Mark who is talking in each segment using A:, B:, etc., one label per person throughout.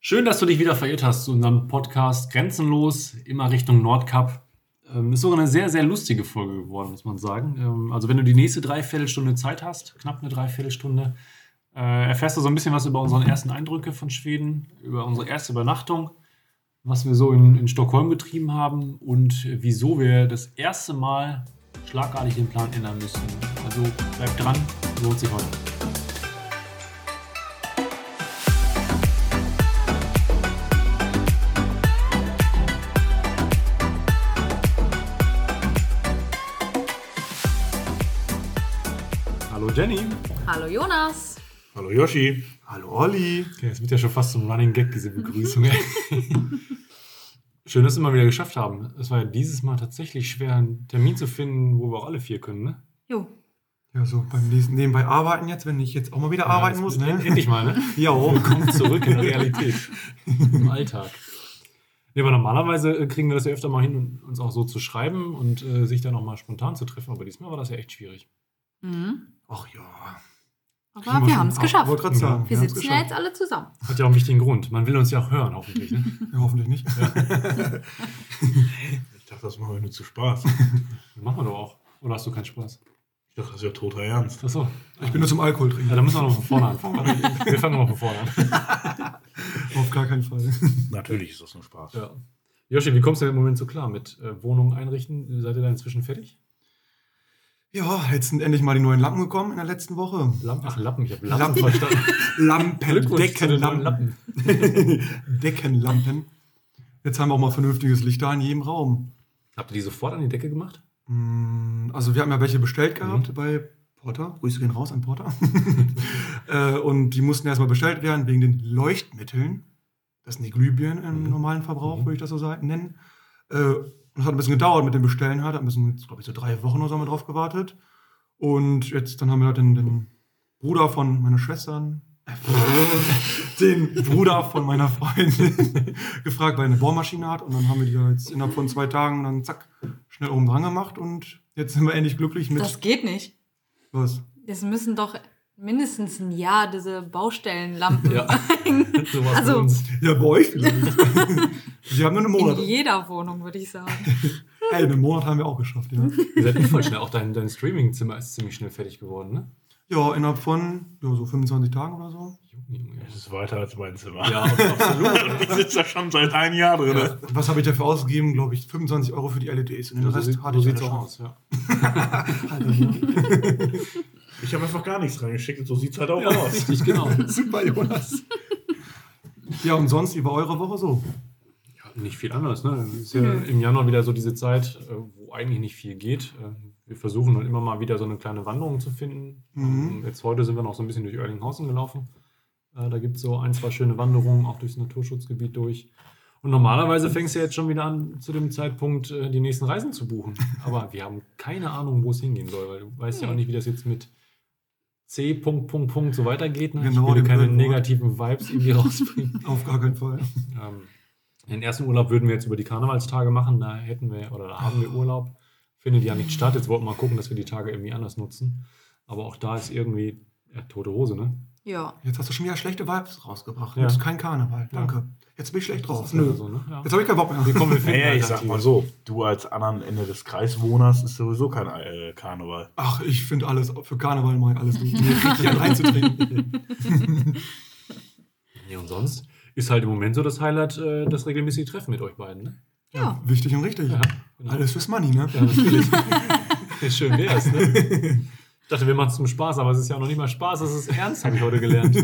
A: Schön, dass du dich wieder verirrt hast zu unserem Podcast Grenzenlos, immer Richtung Nordkap. Ähm, ist sogar eine sehr, sehr lustige Folge geworden, muss man sagen. Ähm, also, wenn du die nächste Dreiviertelstunde Zeit hast, knapp eine Dreiviertelstunde, äh, erfährst du so ein bisschen was über unsere ersten Eindrücke von Schweden, über unsere erste Übernachtung, was wir so in, in Stockholm getrieben haben und äh, wieso wir das erste Mal schlagartig den Plan ändern müssen. Also, bleib dran, lohnt sich heute. Hallo Jenny.
B: Hallo Jonas.
C: Hallo Yoshi. Hallo Olli.
A: Okay, es wird ja schon fast zum Running Gag, diese Begrüßung. ey. Schön, dass wir es immer wieder geschafft haben. Es war ja dieses Mal tatsächlich schwer, einen Termin zu finden, wo wir auch alle vier können, ne?
B: Jo.
C: Ja, so beim nächsten nebenbei arbeiten jetzt, wenn ich jetzt auch mal wieder arbeiten
A: das-
C: muss,
A: end-
C: ne?
A: Endlich mal, ne?
C: Jo.
A: Kommt zurück in die Realität, im Alltag. Nee, aber normalerweise äh, kriegen wir das ja öfter mal hin, und uns auch so zu schreiben und äh, sich dann auch mal spontan zu treffen. Aber diesmal war das ja echt schwierig.
B: Mhm.
C: Ach ja.
B: Aber wir haben es geschafft.
C: Wollte gerade sagen.
B: Wir
C: haben's
B: sitzen ja
C: geschafft.
B: jetzt alle zusammen.
A: Hat ja auch einen wichtigen Grund. Man will uns ja auch hören, hoffentlich. Ne?
C: Ja, hoffentlich nicht.
D: Ich dachte, das machen wir nur zu Spaß.
A: Machen wir doch auch. Oder hast du keinen Spaß?
D: Ich dachte, das ist ja toter Ernst.
A: Achso.
C: Ich bin nur zum Alkohol
A: Ja,
C: trinken.
A: dann müssen wir noch von vorne anfangen. Wir fangen noch von vorne an.
C: Auf gar keinen Fall.
D: Natürlich ist das nur Spaß.
A: Ja. Joshi, wie kommst du denn im Moment so klar mit äh, Wohnung einrichten? Seid ihr da inzwischen fertig?
C: Ja, jetzt sind endlich mal die neuen Lampen gekommen in der letzten Woche.
A: Lamp, ach, Lappen, ich habe Lappen
C: Lappen.
A: verstanden.
C: Lampen,
A: Glückwunsch zu den neuen
C: Deckenlampen.
A: Lappen.
C: Deckenlampen. Jetzt haben wir auch mal vernünftiges Licht da in jedem Raum.
A: Habt ihr die sofort an die Decke gemacht?
C: Mm, Also wir haben ja welche bestellt
A: Mhm.
C: gehabt bei Porter. Grüße gehen raus an Porter. Äh, und die mussten erstmal bestellt werden wegen den Leuchtmitteln. Das sind die Glühbirnen im
A: Mhm.
C: normalen Verbrauch,
A: Mhm.
C: würde ich das so sagen, nennen. Äh, und das hat ein bisschen gedauert mit dem Bestellen halt. Da müssen, glaube ich, so drei Wochen oder so haben wir drauf gewartet. Und jetzt dann haben wir halt den, den Bruder von meiner Schwestern, den Bruder von meiner Freundin gefragt, weil er eine Bohrmaschine hat. Und dann haben wir die da jetzt innerhalb von zwei Tagen dann zack, schnell oben dran gemacht. Und jetzt sind wir endlich glücklich mit
B: Das geht nicht.
C: was.
B: Es müssen doch mindestens ein Jahr diese Baustellenlampen
A: Ja. So war's
B: Also-
A: bei uns.
C: Ja, bei euch vielleicht. Wir haben nur einen
B: in
C: Monat.
B: jeder Wohnung, würde ich sagen.
C: Ey, einen Monat haben wir auch geschafft, ja.
A: Ihr seid nicht voll schnell. Auch dein, dein Streaming-Zimmer ist ziemlich schnell fertig geworden, ne?
C: Ja, innerhalb von ja, so 25 Tagen oder so.
A: Junge, Junge, Junge.
D: Es ist weiter als mein Zimmer.
A: Ja, absolut.
D: Ich sitze da schon seit einem Jahr drin. ne?
A: Ja.
C: Und was habe ich dafür ausgegeben? Glaube ich, 25 Euro für die LEDs. Und den
A: so
C: Rest
A: sieht,
C: hatte
A: so
C: ich
A: sieht's
C: alle
A: auch
C: schon.
A: aus, ja.
D: Ich habe einfach gar nichts reingeschickt und so sieht es halt auch
A: Ja,
D: aus.
A: richtig, genau.
C: Super, Jonas. Ja, und sonst über eure Woche so.
A: Ja, nicht viel anderes. Ne? Es Ist ja im Januar wieder so diese Zeit, äh, wo eigentlich nicht viel geht. Äh, Wir versuchen dann immer mal wieder so eine kleine Wanderung zu finden.
C: Mhm.
A: Ähm, Jetzt heute sind wir noch so ein bisschen durch Erlinghausen gelaufen. Äh, Da gibt es so ein, zwei schöne Wanderungen, auch durchs Naturschutzgebiet durch. Und normalerweise fängst du jetzt schon wieder an, zu dem Zeitpunkt äh, die nächsten Reisen zu buchen. Aber wir haben keine Ahnung, wo es hingehen soll, weil du weißt ja auch nicht, wie das jetzt mit C. Punkt, Punkt, Punkt so weitergeht. Ne?
C: Genau,
A: ich will
C: dem
A: keine
C: Blöden Wort.
A: negativen Vibes irgendwie rausbringen.
C: Auf gar keinen Fall.
A: Ähm, den ersten Urlaub würden wir jetzt über die Karnevalstage machen. Da hätten wir oder da haben wir Urlaub. Findet ja nicht statt. Jetzt wollten wir mal gucken, dass wir die Tage irgendwie anders nutzen. Aber auch da ist irgendwie äh, tote Hose, ne?
B: Ja.
C: Jetzt hast du schon wieder schlechte Vibes rausgebracht.
A: Ja.
C: Jetzt kein Karneval.
A: Ja.
C: Danke. Jetzt bin ich schlecht drauf.
A: ist
C: Oh, Nö.
A: leider so, ne? Ja.
C: Jetzt habe ich keinen Bock mehr.
A: Komm, wir finden
D: Naja, ich
A: Alternativen.
D: sag mal so, du als anderen Ende des Kreiswohners ist sowieso kein äh, Karneval.
C: Ach, ich finde alles, für Karneval mal alles gut. Mir richtig einen reinzutreten.
A: Nee, und sonst ist halt im Moment so das Highlight, äh, das regelmäßige Treffen mit euch beiden, ne?
B: Ja.
C: Wichtig und richtig.
A: Ja, genau.
C: Alles fürs Money, ne?
A: Ja, natürlich. Ja, Schön wär's, ne? Ich dachte, wir machen es zum Spaß, aber es ist ja auch noch nicht mal Spaß, es ist ernst, habe ich heute gelernt.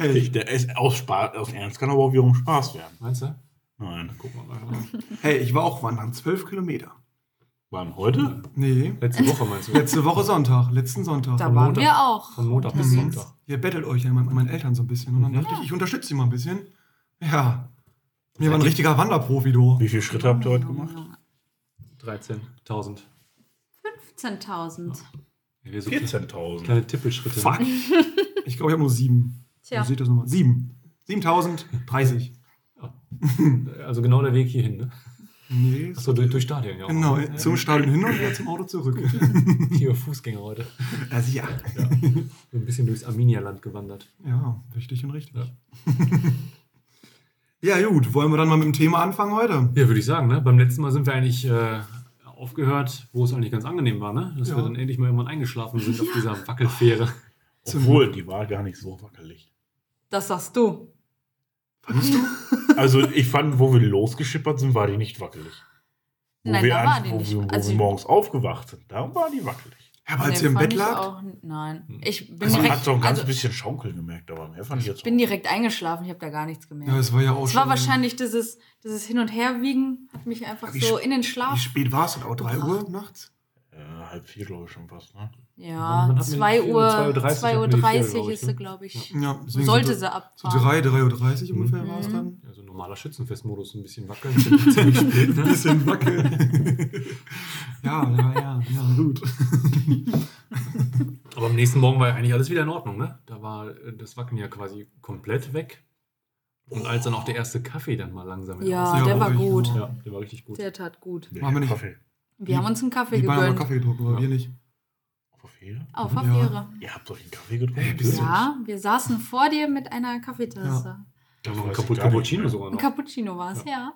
D: Richtig, der ist aus, Spaß, aus Ernst kann aber auch wiederum Spaß werden.
A: Meinst du?
D: Nein.
A: Gucken wir mal.
C: Hey, ich war auch wandern. Zwölf Kilometer.
D: Wann heute?
C: Nee.
A: Letzte Woche meinst du?
C: Letzte Woche Sonntag. Letzten Sonntag.
B: Da waren
A: Montag.
B: wir auch.
A: Von Montag
C: Mhm.
A: bis
B: unterwegs.
A: Sonntag.
C: ihr bettelt euch ja immer mit meinen Eltern so ein bisschen. Und dann
A: Ja.
C: dachte ich, ich unterstütze sie mal ein bisschen. Ja.
D: Seid
C: Mir war ein
D: ihr-
C: richtiger Wanderprofi, du.
D: Wie viele Schritte habt ihr heute gemacht?
A: 13.000.
B: 15.000.
A: Ja, wir so kleine-
D: 14.000.
A: Kleine Tippelschritte. ne?
D: Fuck.
C: Ich glaube, ich habe nur sieben.
B: Tja.
C: Wo seht ihr das nochmal? Sieben. 7030.
A: Also genau der Weg hierhin, ne?
C: Nee.
A: Achso, durch, durch Stadion, ja.
C: Genau,
A: Ja,
C: zum Stadion hin und wieder zum Auto zurück.
A: Hier Fußgänger heute.
C: Also ja.
A: So ein bisschen durchs Arminia-Land gewandert.
C: Ja, wichtig und richtig.
A: Ja.
C: Ja, gut, wollen wir dann mal mit dem Thema anfangen heute?
A: Ja, würde ich sagen. Ne? Beim letzten Mal sind wir eigentlich äh, aufgehört, wo es eigentlich ganz angenehm war, ne? dass
C: Ja.
A: wir dann endlich mal irgendwann eingeschlafen sind auf dieser Wackelfähre.
D: Obwohl, die war gar nicht so wackelig.
B: Das sagst du.
D: Also ich fand, wo wir losgeschippert sind, war die nicht wackelig. Wo
B: Nein,
D: wir,
B: da
D: an-
B: war die
D: wo,
B: nicht.
D: wir, wo
B: Also-
D: wir morgens aufgewacht sind, da war die wackelig.
C: Ja, aber als
B: Nee,
C: ihr im
B: fand
C: Bett
B: ich
C: lag,
B: Auch, nein. Ich bin
D: Man
B: direkt,
D: hat so ein ganz
B: also,
D: bisschen Schaukeln gemerkt, aber mehr fand ich jetzt
B: ich bin
D: auch.
B: direkt eingeschlafen, ich habe da gar nichts gemerkt.
C: ja, es war ja auch
B: es war wahrscheinlich dieses, dieses Hin- und Herwiegen, hat mich einfach
C: Wie
B: so
C: sp-
B: in den
C: Wie
B: Schlaf.
C: spät war es denn? Auch 3 Uhr nachts?
D: Äh, halb vier, glaube ich, schon fast. Ne?
A: Wann
B: Ja,
A: hat mir die
B: 2
A: Fähre?
B: Uhr,
A: 2:30
B: 2.30 Uhr
A: hatten wir die Fähre,
B: dreißig
A: glaub ich,
B: ist
A: ne?
B: sie, glaube ich.
C: Ja, deswegen
B: Sollte Ah.
C: sind
B: sie
C: so
B: abfahren.
C: 3, 3.30 Uhr
A: Mhm.
C: ungefähr war es dann.
A: Ja, so ein normaler Schützenfestmodus, ein bisschen wackeln. ziemlich spät, ne?
C: Bisschen wackeln. ja, ja, ja, ja, gut.
A: Aber am nächsten Morgen war ja eigentlich alles wieder in Ordnung, ne? Da war äh, das Wackeln ja quasi komplett weg. Und als dann auch der erste Kaffee dann mal langsam in
B: Ja,
A: Aussicht
B: der
A: war.
B: war
C: ich-
B: gut.
A: Ja, der war richtig gut.
B: Der tat gut.
D: Nee,
C: Machen wir nicht.
D: Kaffee.
B: Wir haben uns einen Kaffee
C: Die beiden haben
B: gegönnt.
C: Kaffee getrunken, aber
A: Ja.
C: wir nicht.
D: Kaffee?
B: Auf der
C: Ja.
B: Fähre.
D: Ihr habt doch den Kaffee getrunken.
C: Hey, bist du-
B: Ja, wir saßen vor dir mit einer Kaffeetasse.
A: Da war noch ein
D: Weiß
A: Kapu-
D: ich gar nicht.
A: Cappuccino sogar
B: Ein
A: noch.
B: Cappuccino war es, ja.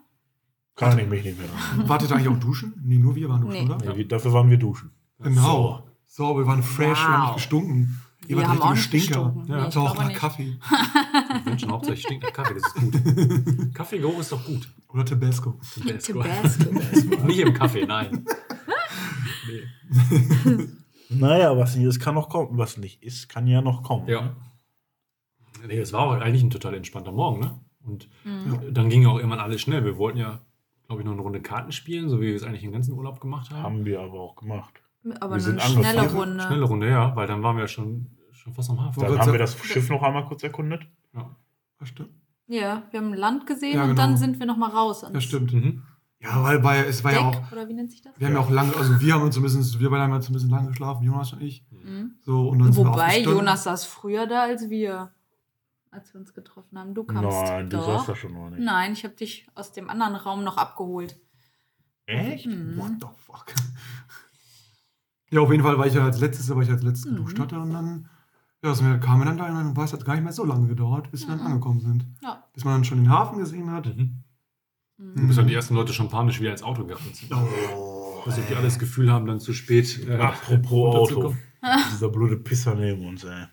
D: Kann ich mich nicht mehr dran.
C: Wartet eigentlich auch duschen? Nee, nur wir waren duschen,
B: Nee.
C: oder?
D: erinnern. Dafür waren wir duschen.
C: Genau. So. wir waren fresh, wir haben
B: Wow.
C: nicht gestunken.
B: Wir
C: wart
B: haben
C: richtige
B: auch nicht gestunken.
A: Ja.
B: Nee, ich
C: Doch,
B: glaube
C: nach
B: nicht.
C: Kaffee.
A: Menschen, hauptsächlich stinkt nach Kaffee, das ist gut. Kaffeegeruch ist doch gut.
C: Oder Tabasco.
A: Tabasco.
B: Tabasco.
A: Nicht im Kaffee, nein. Nee.
D: Naja, was nicht ist, kann noch kommen. Was nicht ist, kann ja noch kommen.
A: Ja. Nee, es war auch eigentlich ein total entspannter Morgen, ne? Und
B: Mhm.
A: dann ging ja auch irgendwann alles schnell. Wir wollten ja, glaube ich, noch eine Runde Karten spielen, so wie wir es eigentlich den ganzen Urlaub gemacht haben.
D: Haben wir aber auch gemacht.
B: Aber
D: Wir
B: eine
D: sind
B: schnelle
D: angefangen.
B: Runde.
A: Schnelle Runde, ja, weil dann waren wir schon, schon fast am Hafen.
C: Ja.
D: Dann
C: Wollte
D: haben wir
C: sagen-
D: das Schiff noch einmal kurz erkundet.
A: Ja.
C: Ja, stimmt.
B: Ja, wir haben Land gesehen
C: Ja,
B: und
C: genau.
B: dann sind wir nochmal raus. Ans
C: Ja, stimmt.
A: Mhm.
C: Ja, weil bei, es war
B: Deck,
C: ja auch,
B: oder wie nennt sich das?
C: wir haben ja auch lange, also wir haben uns zumindest, wir beide haben ja zumindest lange geschlafen, Jonas und ich.
B: Mhm.
C: So, und dann sind wir
B: Wobei,
C: aufgestanden.
B: Jonas saß früher da als wir, als wir uns getroffen haben. Du kamst.
D: Nein, du
B: doch.
D: sagst das schon noch nicht.
B: Nein, ich habe dich aus dem anderen Raum noch abgeholt.
D: Echt?
B: Mhm.
C: What the fuck? Ja, auf jeden Fall war ich ja als letztes, weil ich als letztes
B: Mhm.
C: geduscht hatte und dann, ja, also wir kamen dann da und dann war es halt gar nicht mehr so lange gedauert, bis wir dann
B: Mhm.
C: angekommen sind.
B: Ja.
C: Bis man dann schon den Hafen gesehen hat.
A: Mhm.
B: Mhm.
A: Bis dann die ersten Leute schon panisch wieder ins Auto gerannt sind.
C: Oh,
A: Dass sie alle das Gefühl haben, dann zu spät. äh,
D: Apropos Auto.
A: runterzukommen.
D: Dieser blöde Pisser neben uns, ey.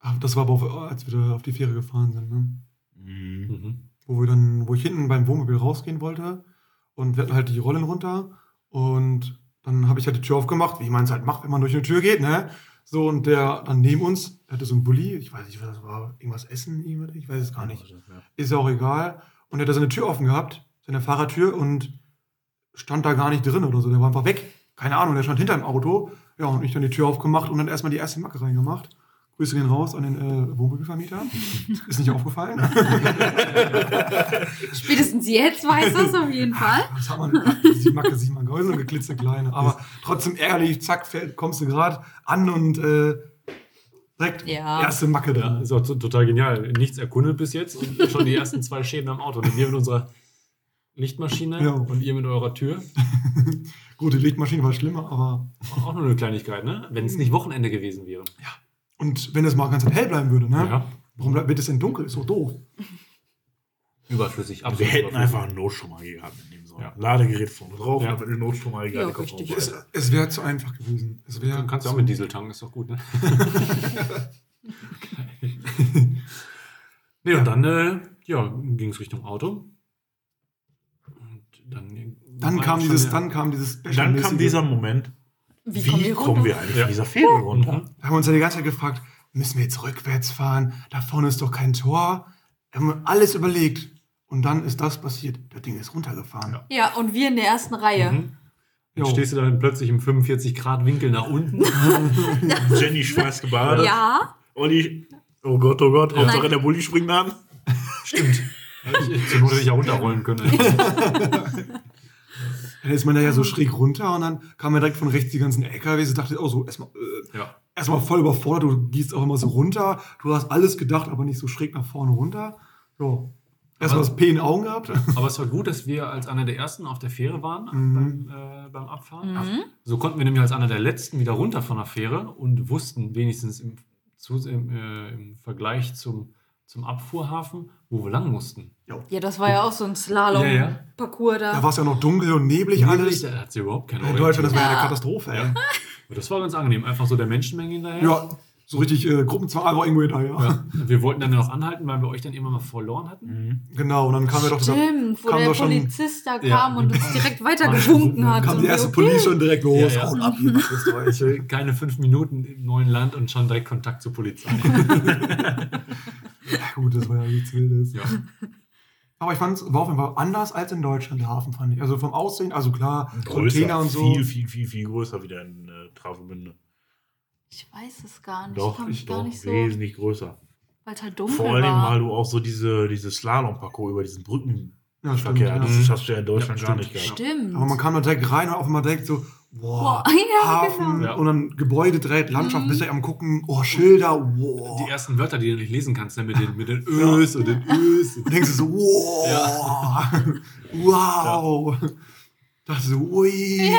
C: Ach, das war aber, auf, als wir da auf die Fähre gefahren sind, ne?
D: Mhm.
A: Mhm.
C: Wo wir dann, wo ich hinten beim Wohnmobil rausgehen wollte und wir hatten halt die Rollen runter und dann habe ich halt die Tür aufgemacht, wie man es halt macht, wenn man durch eine Tür geht, ne? So, und der dann neben uns, der hatte so einen Bulli, ich weiß nicht, was das war, irgendwas essen, irgendwas- ich weiß es gar nicht. ist ja auch egal. Und er hat da seine Tür offen gehabt, seine Fahrertür, und stand da gar nicht drin oder so. Der war einfach weg. Keine Ahnung, der stand hinter dem Auto. Ja, und ich dann die Tür aufgemacht und dann erstmal die erste Macke reingemacht. Grüße gehen raus an den äh, Wohnmobilvermieter. Ist nicht aufgefallen.
B: Spätestens jetzt weiß das auf jeden Fall.
C: Was haben wir denn? Die Macke sieht man so eine klitzekleine. Aber trotzdem ärgerlich, zack, fällt, kommst du gerade an und äh, direkt
B: Ja.
C: erste Macke
A: Ja,
C: da.
A: ist auch to- total genial. Nichts erkundet bis jetzt und schon die ersten zwei Schäden am Auto. Und wir mit unserer Lichtmaschine
C: Ja.
A: und ihr mit eurer Tür.
C: Gut, die Lichtmaschine war schlimmer, aber.
A: Auch nur eine Kleinigkeit, ne? Wenn es nicht Wochenende gewesen wäre.
C: Und wenn es mal ganz hell bleiben würde, ne?
A: Ja.
C: Warum bleibt- wird es denn dunkel? Ist so doof.
A: Überflüssig.
D: Wir
A: absolut
D: hätten
A: überflüssig.
D: einfach einen Notstrom gehabt mitnehmen sollen.
A: Ja.
D: Ladegerät vorne drauf,
A: Ja.
D: ja. dann eine Notstrom
B: Ja,
D: gehabt.
B: richtig.
C: Es, es wäre zu einfach gewesen. Es wäre
A: Dann kannst du auch mit Diesel tanken, ist doch gut, ne? nee, und dann äh, ja, ging es Richtung Auto. Und dann
C: Dann kam dieses, dann kam dieses
D: Dann kam
C: Special-mäßige-
D: dieser Moment, wie, kommen wir eigentlich
A: Ja.
D: von dieser Fähre runter?
C: Da haben wir uns ja die ganze Zeit gefragt, müssen wir jetzt rückwärts fahren? Da vorne ist doch kein Tor. Wir haben wir alles überlegt. Und dann ist das passiert. Das Ding ist runtergefahren.
A: Ja.
B: Ja, und wir in der ersten Reihe.
A: Mhm.
C: Jo.
A: Dann stehst du dann plötzlich im 45-Grad-Winkel nach unten.
D: Jenny schweißt gebadet.
B: Ja,
D: Olli, oh Gott, oh Gott, Hauptsache der Bulli springt an.
A: Stimmt. Zur Not hätte ich auch runterrollen können.
C: Dann ist man da ja
A: Ähm.
C: so schräg runter und dann kamen wir direkt von rechts die ganzen LKWs. Ich dachte, oh, so erstmal äh,
A: Ja.
C: erstmal voll überfordert. Du gehst auch immer so runter. Du hast alles gedacht, aber nicht so schräg nach vorne runter. So. Erstmal
A: Aber-
C: das P in den Augen gehabt.
A: Aber es war gut, dass wir als einer der ersten auf der Fähre waren
C: Mhm.
A: beim, äh, beim Abfahren.
B: Mhm.
A: So konnten wir nämlich als einer der letzten wieder runter von der Fähre und wussten wenigstens im, Zus- im, äh, im Vergleich zum zum Abfuhrhafen, wo wir lang mussten.
B: Ja, das war ja auch so ein Slalom-Parcours
C: Da
B: da.
C: war es ja noch dunkel und neblig alles.
A: Da hat sie überhaupt keine
C: In Deutschland, das
A: Orientierung.
C: war ja eine
B: Ja.
C: Katastrophe, ey.
A: Aber das war ganz angenehm. Einfach so der Menschenmenge hinterher.
C: Ja, so richtig äh, Gruppenzwang irgendwo hinterher.
A: Ja. Wir wollten dann noch anhalten, weil wir euch dann immer mal verloren hatten.
D: Mhm.
C: Genau, und dann kam ja doch dieser,
B: Stimmt, wo
C: kam
B: der
C: doch schon-
B: Polizist da
A: Ja.
B: kam und uns direkt weitergewunken hat.
C: kam
B: Und
C: die
B: wir,
C: erste Police schon direkt los.
A: Ja, ja.
C: Haut ab, ihr wisst euch.
A: Keine fünf Minuten im neuen Land und schon direkt Kontakt zur Polizei.
C: Ja, Gut, das war ja nichts Wildes.
A: ja.
C: Aber ich fand es war auf jeden Fall anders als in Deutschland, der Hafen, fand ich. Also vom Aussehen, also klar, Container und so.
D: Viel, viel, viel, viel größer wieder in äh, Travemünde.
B: Ich weiß es gar nicht. ich
D: Doch,
B: kann mich
D: ich
B: gar
D: doch,
B: nicht so. Weil
D: wesentlich größer.
B: es halt dunkel
D: Vor allem,
B: war.
D: weil du auch so diese, diese Slalom-Parcours über diesen Brückenverkehr,
C: Ja, stimmt. Ja.
D: das
A: Mhm.
D: schaffst du ja in Deutschland
A: Ja,
D: gar
A: stimmt.
D: nicht. Gehabt.
B: Stimmt.
C: Aber man kam da direkt rein und auf einmal direkt so, wow,
B: Boah, ja,
C: Hafen
A: genau.
C: und dann Gebäude direkt, Landschaft,
B: Mhm.
C: bist du am gucken, oh, Schilder,
A: Die
C: wow.
A: ersten Wörter, die du nicht lesen kannst, dann mit den, mit den Ös und den Ös.
C: Und denkst du so, wow, wow. Das ist so, ui.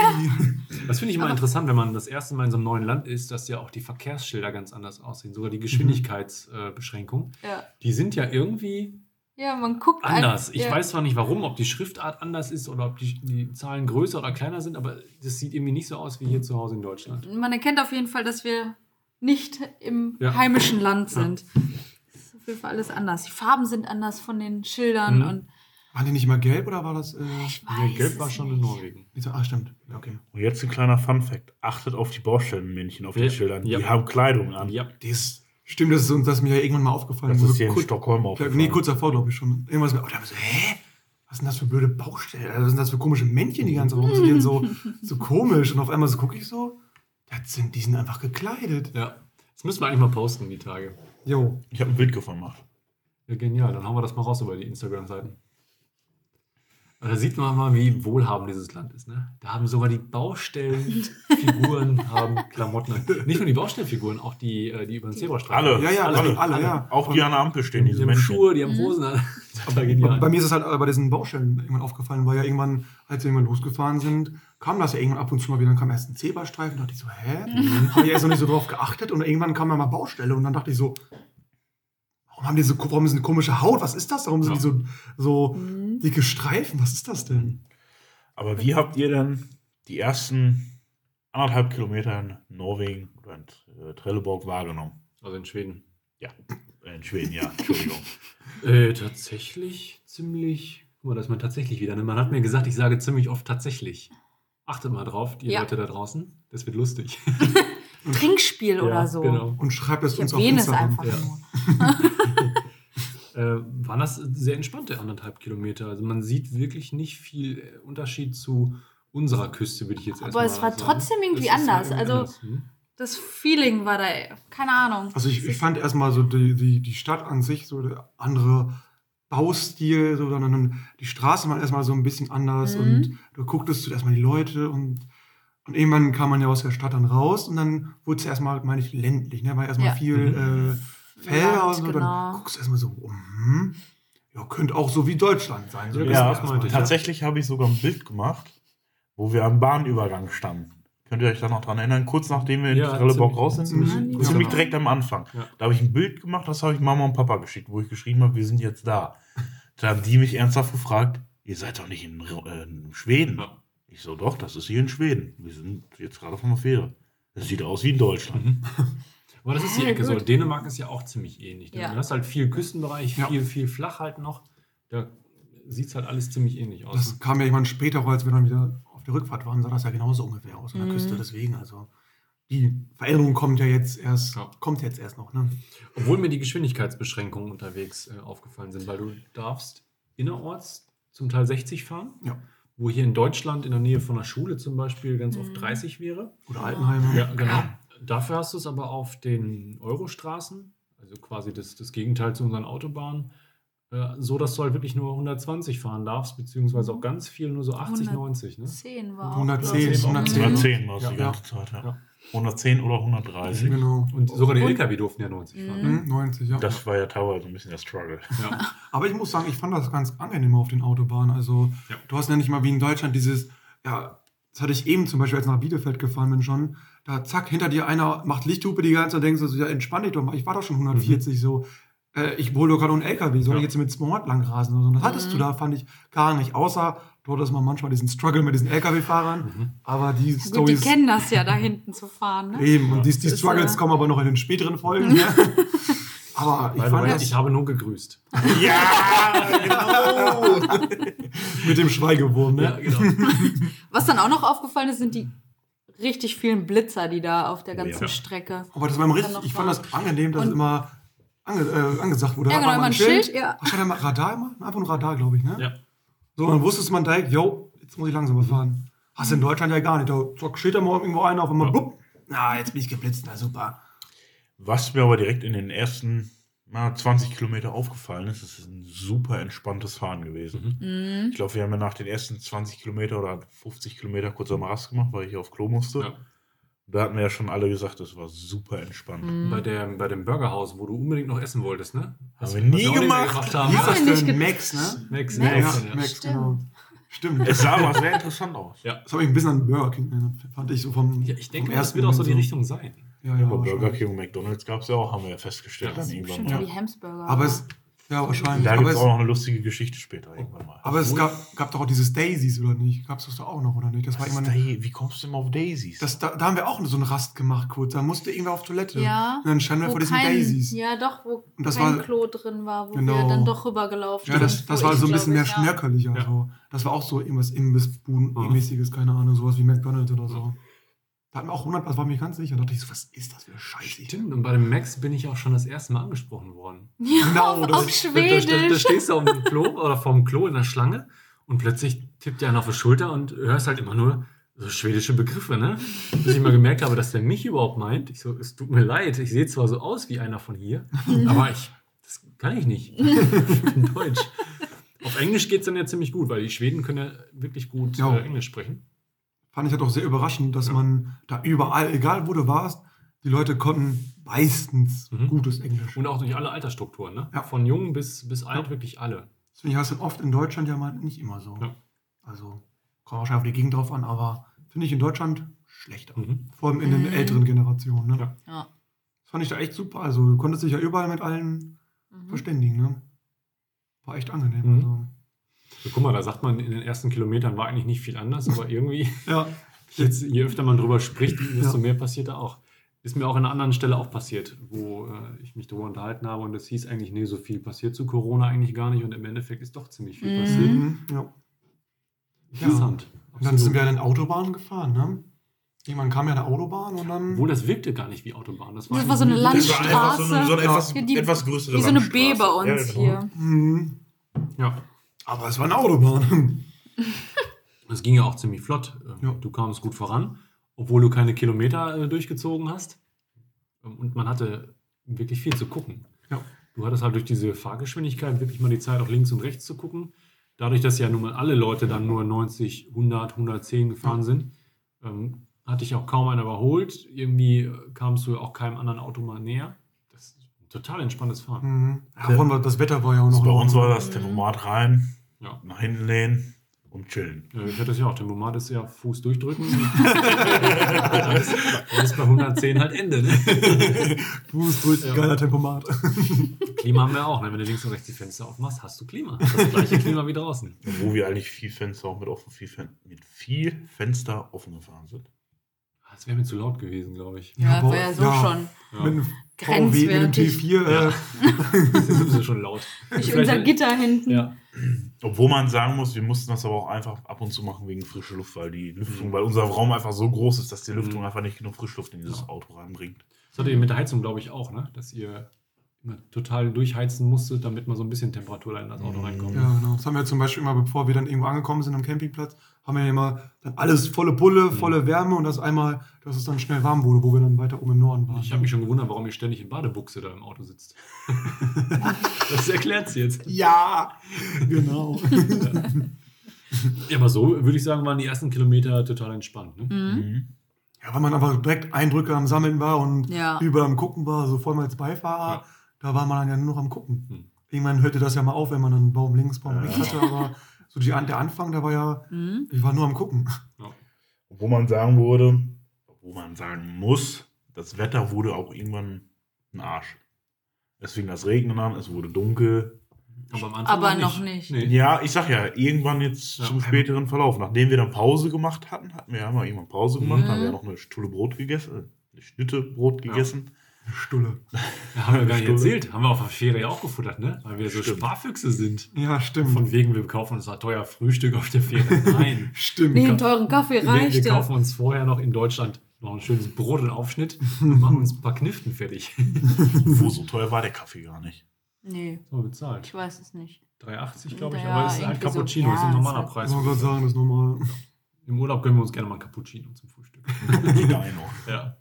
A: Das finde ich immer interessant, wenn man das erste Mal in so einem neuen Land ist, dass ja auch die Verkehrsschilder ganz anders aussehen. Sogar die Geschwindigkeitsbeschränkung.
B: Mhm. ja.
A: Die sind ja irgendwie
B: ja, man guckt
A: anders.
B: ein-
A: Ich
B: ja.
A: weiß zwar nicht warum, ob die Schriftart anders ist oder ob die, die Zahlen größer oder kleiner sind, aber das sieht irgendwie nicht so aus wie hier zu Hause in Deutschland.
B: Man erkennt auf jeden Fall, dass wir nicht im
A: Ja.
B: heimischen Land sind. Das ist auf jeden Fall alles anders. Die Farben sind anders von den Schildern
A: Mhm.
B: und
C: Waren die nicht mal gelb oder war das? Äh,
B: ich weiß.
A: Nee, Gelb
B: es
A: war schon in
B: nicht.
A: Norwegen.
C: ich so, ah, stimmt. Ja, Okay.
D: Und jetzt ein kleiner Fun-Fact. Achtet auf die Baustellenmännchen auf
A: Ja.
D: den Schildern. Die
A: Ja.
D: haben Kleidung an.
A: Ja.
C: Das stimmt, das ist uns, das ist mir ja irgendwann mal aufgefallen.
D: Das ist hier in
C: Kurz-
D: Stockholm auch.
C: Ja, nee, kurz davor, glaube ich schon. Irgendwas mit, oh, da hab ich so, hä? Was sind das für blöde Baustellen? Also, Was sind das für komische Männchen, die ganz rumstehen? So, so komisch. Und auf einmal so gucke ich so, das sind, die sind einfach gekleidet.
A: ja. Das müssen wir eigentlich mal posten, die Tage.
C: Jo.
D: Ich habe ein Bild davon gemacht.
A: Ja, genial. Dann hauen wir das mal raus über die Instagram-Seiten. Aber Da sieht man mal, wie wohlhabend dieses Land ist. Ne? Da haben sogar die Baustellenfiguren haben Klamotten. an. Nicht nur die Baustellenfiguren, auch die, äh, die über den Zebrastreifen.
D: Alle.
A: Die
C: Ja, ja, das
D: Alle.
C: sind alle, ja.
D: Auch die an der Ampel stehen,
A: haben-
D: diese
A: Die haben
D: Menschen.
A: Schuhe, die haben Hosen an. Total
C: Bei,
A: genial.
C: bei mir ist es halt äh, bei diesen Baustellen irgendwann aufgefallen, weil ja irgendwann, als wir irgendwann losgefahren sind, kam das ja irgendwann ab und zu mal wieder. Dann kam erst ein Zebrastreifen, dachte ich so, hä? Habe ich erst noch nicht so drauf geachtet. Und irgendwann kam ja mal Baustelle und dann dachte ich so, warum haben die so, warum ist eine komische Haut? Was ist das? Warum sind
A: Ja.
C: die so, so
B: Mhm.
C: dicke Streifen? Was ist das denn?
D: Aber wie habt ihr denn die ersten anderthalb Kilometer in Norwegen oder in äh, Trelleborg wahrgenommen?
A: Also in Schweden.
D: Äh, In Schweden, ja, Entschuldigung.
A: Äh, tatsächlich ziemlich. Guck mal, da ist man tatsächlich wieder. Ne? Man hat mir gesagt, ich sage ziemlich oft tatsächlich. Achtet mal drauf, ihr
B: Ja.
A: Leute da draußen. Das wird lustig.
B: Mhm. Trinkspiel oder so.
A: Genau.
C: Und schreibt es
B: Ich
C: uns auf
B: erwähne es
C: Instagram.
B: einfach
A: ja.
B: nur.
A: Äh, waren das sehr entspannte anderthalb Kilometer. Also man sieht wirklich nicht viel äh, Unterschied zu unserer Küste, würde ich jetzt
B: Aber
A: erstmal
B: es war
A: sagen.
B: trotzdem irgendwie
A: Es ist
B: anders.
A: irgendwie
B: Also-
A: hm?
B: Das Feeling war da, ey. keine Ahnung.
C: Also ich, ich fand erstmal so die, die, die Stadt an sich, so der andere Baustil, so, dann, dann die Straßen waren erstmal so ein bisschen anders
B: Mhm.
C: und du gucktest zuerst mal die Leute und, und irgendwann kam man ja aus der Stadt dann raus und dann wurde es erstmal, meine ich, ländlich, ne? War erstmal
B: Ja.
C: viel
A: Mhm.
C: äh, Felder
B: Land,
C: und so, dann
B: genau.
C: guckst du erstmal so, mhm. ja, könnte auch so wie Deutschland sein. So
A: Ja, das
C: ein bisschen
D: ja,
A: erst mal
C: erstmal.
A: durch.
D: tatsächlich habe ich sogar ein Bild gemacht, wo wir am Bahnübergang standen. Könnt ihr euch da noch dran erinnern? Kurz nachdem wir in
A: Ja,
D: Trelleborg
A: ziemlich-
D: raus sind,
C: ziemlich-
D: ziemlich,
A: kurz danach.
D: direkt am Anfang.
A: Ja.
D: Da habe ich ein Bild gemacht, das habe ich Mama und Papa geschickt, wo ich geschrieben habe, wir sind jetzt da. Da haben die mich ernsthaft gefragt, ihr seid doch nicht in, Ro- äh, in Schweden.
A: Ja.
D: Ich so, doch, das ist hier in Schweden. Wir sind jetzt gerade auf einer Fähre. Das sieht aus wie in Deutschland.
A: Aber das ist die
B: Ja,
A: Ecke so.
B: gut.
A: Dänemark ist ja auch ziemlich ähnlich. Ne?
B: Ja.
A: Du hast halt viel Küstenbereich,
C: Ja.
A: viel, viel flach halt noch. Da sieht es halt alles ziemlich ähnlich aus.
C: Das kam ja irgendwann später, auch, als wir dann wieder auf der Rückfahrt waren, sah das ja genauso ungefähr aus an der
B: Mhm.
C: Küste. Deswegen, also die Veränderung kommt ja jetzt erst,
A: Ja.
C: kommt jetzt erst noch. Ne?
A: Obwohl mir die Geschwindigkeitsbeschränkungen unterwegs äh, aufgefallen sind, weil du darfst innerorts zum Teil 60 fahren,
C: Ja.
A: wo hier in Deutschland in der Nähe von der Schule zum Beispiel ganz oft
B: Mhm.
A: 30 wäre.
C: Oder Altenheim.
A: Ja, genau. Dafür hast du es aber auf den Eurostraßen, also quasi das, das Gegenteil zu unseren Autobahnen, äh, so dass du halt wirklich nur 120 fahren darfst, beziehungsweise
B: Mhm.
A: auch ganz viel nur so 80,
B: 100.
A: 90. Ne?
B: 10 war auch,
C: 110,
B: glaub ich.
A: 110.
D: 110 war es die
A: Ja.
D: ganze Zeit. Ja.
A: Ja.
D: 110 oder 130.
C: Genau.
A: Und sogar die
B: Und- Mhm.
A: LKW durften ja 90 fahren.
C: Hm, 90, ja.
D: Das war ja teilweise ein bisschen der Struggle.
A: Ja.
C: Aber ich muss sagen, ich fand das ganz angenehm auf den Autobahnen. Also,
A: Ja.
C: du hast ja nicht mal wie in Deutschland dieses, ja, das hatte ich eben zum Beispiel, als ich nach Bielefeld gefahren bin schon, da zack, hinter dir einer macht Lichthupe die ganze Zeit und denkst du so, ja, entspann dich doch mal, ich war doch schon 140 so. äh, ich hole doch gerade einen LKW, soll
D: Ja.
C: ich jetzt mit Smart lang rasen oder so? Und Das hattest
B: Mhm.
C: du da, fand ich gar nicht. Außer dort ist man manchmal diesen Struggle mit diesen LKW-Fahrern.
A: Mhm.
C: Aber die
B: Gut, die
C: Storys.
B: kennen das ja, da hinten zu fahren. Ne?
C: Eben,
A: Ja.
C: und die, die
B: Ist,
C: Struggles
B: äh,
C: kommen aber noch in den späteren Folgen. Ne? aber ich
A: By the
C: fand
A: way,
C: das
A: ich habe nur gegrüßt.
D: Ja, genau.
C: mit dem Schweigewurm, ne?
A: genau.
B: Was dann auch noch aufgefallen ist, sind die richtig vielen Blitzer, die da auf der ganzen
D: Ja.
B: Strecke.
C: Aber Oh, das war immer
B: Kann
C: richtig,
B: noch
C: ich fand
B: fahren.
C: das angenehm, dass
B: Und-
C: es immer ange, äh, angesagt wurde.
B: Ja,
C: Hat
B: genau,
C: man
B: immer ein Schild. Ja.
C: Ach, hat er mal Radar immer? Einfach ein Radar, glaube ich, ne?
A: Ja.
C: So, dann wusste man direkt, jo, jetzt muss ich langsamer fahren. Hast du in Deutschland ja gar nicht. Da zack, steht da mal irgendwo einer auf einmal,
A: Ja.
C: bupp, na, jetzt bin ich geblitzt, na super.
D: Was mir aber direkt in den ersten na, 20 Kilometer aufgefallen ist, es ist ein super entspanntes Fahren gewesen.
A: Mhm.
B: Mhm.
D: Ich glaube, wir haben ja nach den ersten 20 Kilometer oder 50 Kilometer kurz am Rast gemacht, weil ich auf Klo musste.
A: Ja.
D: Da hatten wir ja schon alle gesagt, das war super entspannt.
B: Mhm.
A: Bei, der, bei dem Burgerhaus, wo du unbedingt noch essen wolltest, ne?
D: Haben wir
A: Was
D: nie
A: auch nicht mehr
D: gemacht.
A: haben.
B: Ja. Haben wir nicht
C: für ein
B: ge-
C: Max, ne?
A: Max, Max,
B: Max.
C: ja,
A: ja.
C: Max,
B: Stimmt.
C: genau. Stimmt.
D: Es sah aber sehr interessant aus.
A: Ja.
C: Das habe ich ein bisschen an Burger King erinnert, fand ich so vom.
A: Ja, ich denke,
C: vom
A: das wird auch so die
C: Moment
A: Richtung sein.
C: Ja, ja,
D: Aber Burger
C: wahrscheinlich.
D: King und McDonalds gab es ja auch, haben wir ja festgestellt.
A: Ja,
D: dann
B: Das ist
D: irgendwann
B: bestimmt
D: mal.
B: ja. wie Hamsburger.
C: Aber es. Ja, wahrscheinlich.
D: Da gibt
C: aber
D: es
C: es,
D: auch noch eine lustige Geschichte später irgendwann mal.
C: aber es gab, gab doch auch dieses Daisies, oder nicht? Gab es das da auch noch, oder nicht? Das war
D: Was ist
C: irgendwann.
D: da hier? Wie kommst du immer auf Daisies?
C: Das, da, da haben wir auch so eine Rast gemacht kurz. Da musste irgendwer auf Toilette.
B: Ja.
C: Und dann standen wir
B: wo
C: vor diesen
B: kein,
C: Daisies. Ja,
B: Ja, doch, wo
C: Und das
B: kein
C: war-
B: Klo drin war, wo wir
C: Genau.
B: dann doch rübergelaufen
C: das,
B: sind,
C: das
B: wo
C: war
B: ich,
C: so ein
B: glaub
C: bisschen mehr
B: ich, ja.
C: schnörkeliger.
A: Ja.
C: So. Das war auch so irgendwas Imbissbuden-mäßiges, keine Ahnung, sowas wie McDonalds oder so. Da hatten wir auch 100, das war mir ganz sicher. Da dachte ich so, was ist das für eine Scheiße?
A: Stimmt, und bei dem Max bin ich auch schon das erste Mal angesprochen worden.
C: Genau,
B: auf,
C: das-
B: auf
A: Da, da, da, da
B: Schwedisch.
A: stehst du auf dem Klo oder vorm Klo in der Schlange und plötzlich tippt dir einer auf die Schulter und hörst halt immer nur so schwedische Begriffe, ne? Bis ich mal gemerkt habe, dass der mich überhaupt meint. Ich so, es tut mir leid, ich sehe zwar so aus wie einer von hier, aber ich, das kann ich nicht. in Deutsch. Auf Englisch geht es dann ja ziemlich gut, weil die Schweden können ja wirklich gut
C: Ja.
A: äh, Englisch sprechen.
C: Fand ich halt auch sehr überraschend, dass
A: Ja.
C: man da überall, egal wo du warst, die Leute konnten meistens
A: Mhm.
C: gutes Englisch.
A: Und auch durch alle Altersstrukturen, ne?
C: Ja.
A: Von jung bis, bis alt, wirklich alle.
C: Deswegen hast du oft in Deutschland ja mal nicht immer so.
A: Ja.
C: Also, kommt wahrscheinlich auf die Gegend drauf an, aber finde ich in Deutschland schlechter.
A: Mhm.
C: Vor allem in den
B: Mhm.
C: älteren Generationen. Ne?
A: Ja.
B: Ja.
C: Das fand ich da echt super. Also, du konntest dich ja überall mit allen
B: Mhm.
C: verständigen. Ne? War echt angenehm. also.
A: Mhm. So, guck mal, da sagt man, in den ersten Kilometern war eigentlich nicht viel anders, aber irgendwie,
C: Also. Ja.
A: jetzt, je öfter man drüber spricht, desto
C: Ja.
A: mehr passiert da auch. Ist mir auch an einer anderen Stelle auch passiert, wo äh, ich mich darüber unterhalten habe und es hieß eigentlich, nee, so viel passiert zu Corona eigentlich gar nicht und im Endeffekt ist doch ziemlich viel
B: Mhm.
A: passiert.
C: Mhm. ja.
A: Interessant.
C: Und dann sind wir an den Autobahnen gefahren. Ne? Irgendwann kam ja eine Autobahn und dann.
A: Obwohl, das wirkte gar nicht wie Autobahn. Das war,
B: Das war so eine
A: eigentlich-
D: Das war einfach so eine, so eine
C: Ja.
D: etwas,
B: Ja, die-
D: etwas größere
B: Wie so eine
D: Landstraße.
B: B bei uns
D: Ja, genau.
B: hier.
C: Mhm.
A: Ja,
C: Aber es war eine Autobahn.
A: das ging ja auch ziemlich flott. Ähm,
C: Ja.
A: Du kamst gut voran, obwohl du keine Kilometer äh, durchgezogen hast. Ähm, Und man hatte wirklich viel zu gucken.
C: Ja.
A: Du hattest halt durch diese Fahrgeschwindigkeit wirklich mal die Zeit, auch links und rechts zu gucken. Dadurch, dass ja nun mal alle Leute dann nur 90, 100, 110 gefahren sind, ähm, hatte ich auch kaum einen überholt. Irgendwie äh, kamst du auch keinem anderen Auto mal näher. Das ist ein total entspanntes Fahren.
C: Mhm. Ja, vor allem das Wetter war ja auch noch.
D: Also bei
C: in
D: uns
C: Ordnung.
D: war das Tempomat rein,
A: Ja.
D: nach hinten lehnen und chillen.
A: Äh, Ich hatte es ja auch. Tempomat ist ja Fuß durchdrücken. dann, ist, dann ist bei 110 halt Ende. Ne?
C: Fuß durch,
A: Ja.
C: geiler Tempomat.
A: Klima haben wir auch. Ne? Wenn du links und rechts die Fenster aufmachst, hast du Klima. Das gleiche Klima wie draußen.
D: Wo wir eigentlich viel Fenster auch mit offen, viel Fen mit viel Fenster offen gefahren sind.
A: Das wäre mir zu laut gewesen, glaube ich.
B: Ja,
C: aber-
B: war ja so
C: ja.
B: schon.
A: Ja.
C: Mit einem VW, mit einem
B: Grenzwertig.
C: T4.
A: Ja.
C: Äh,
A: Das ist sowieso schon laut.
B: Durch
A: Vielleicht-
B: unser Gitter hinten.
A: Ja.
D: Obwohl man sagen muss, wir mussten das aber auch einfach ab und zu machen wegen frischer Luft, weil die Lüftung, weil unser Raum einfach so groß ist, dass die Lüftung
A: Mhm.
D: einfach nicht genug Frischluft in dieses Auto reinbringt.
A: Das hattet ihr mit der Heizung, glaube ich, auch, ne? dass ihr immer total durchheizen musstet, damit mal so ein bisschen Temperatur da in das Auto
D: Mhm.
A: reinkommt.
C: Ja, genau. Das haben wir zum Beispiel immer, bevor wir dann irgendwo angekommen sind am Campingplatz, haben wir ja immer dann alles volle
A: Mhm.
C: Pulle, volle Wärme und das einmal, dass es dann schnell warm wurde, wo wir dann weiter oben im Norden waren.
A: Ich habe mich schon gewundert, warum ihr ständig in Badebuchse da im Auto sitzt. das erklärt's jetzt.
C: ja, genau.
A: Ja, aber so würde ich sagen, waren die ersten Kilometer total entspannt. Ne?
B: Mhm.
D: Mhm.
C: ja, weil man einfach direkt Eindrücke am Sammeln war und
B: Ja.
C: überall am Gucken war, so vor allem als Beifahrer,
A: Ja.
C: da war man dann ja nur noch am Gucken.
A: Hm.
C: Irgendwann hörte das ja mal auf, wenn man einen Baum links, Baum
D: Ja.
C: rechts hatte, aber so die, An- der Anfang, da war ja,
B: Mhm.
C: ich war nur am Gucken.
D: Obwohl man sagen würde, obwohl man sagen muss, das Wetter wurde auch irgendwann ein Arsch. Es fing das Regnen an, es wurde dunkel.
A: Aber, am Anfang
B: Aber noch nicht.
A: Nee.
D: Ja, ich sag ja, irgendwann jetzt
A: Ja.
D: zum späteren Verlauf. Nachdem wir dann Pause gemacht hatten, hatten wir ja mal irgendwann Pause gemacht,
B: Mhm.
D: haben wir ja noch eine Stulle Brot gegessen, äh, eine Schnitte Brot
A: Ja.
D: gegessen.
C: Stulle.
A: Ja, haben wir gar nicht
D: Stunde.
A: erzählt. Haben wir auf der Fähre ja auch gefuttert, ne? Weil wir so
D: Stimmt.
A: Sparfüchse sind.
C: Ja, stimmt.
A: Von wegen, wir kaufen uns ein teuer Frühstück auf der Fähre. Nein.
C: stimmt.
B: Nee, einen teuren Kaffee
A: wir,
B: reicht
A: wir
B: ja.
A: kaufen uns vorher noch in Deutschland noch ein schönes Brot und Aufschnitt und machen uns ein paar Kniften fertig.
D: Wo so teuer war der Kaffee gar nicht.
B: Nee,
A: So bezahlt.
B: ich weiß es nicht.
A: 3,80 glaube ich,
B: Ja,
A: aber das ist ein
B: irgendwie so.
A: Cappuccino, das ist ein
B: Ja,
A: normaler
B: ist halt-
A: Preis.
C: Ich wollte gerade sagen, das ist normal.
A: Im Urlaub gönnen wir uns gerne mal ein Cappuccino zum Frühstück.
D: Die Dino.
A: Ja.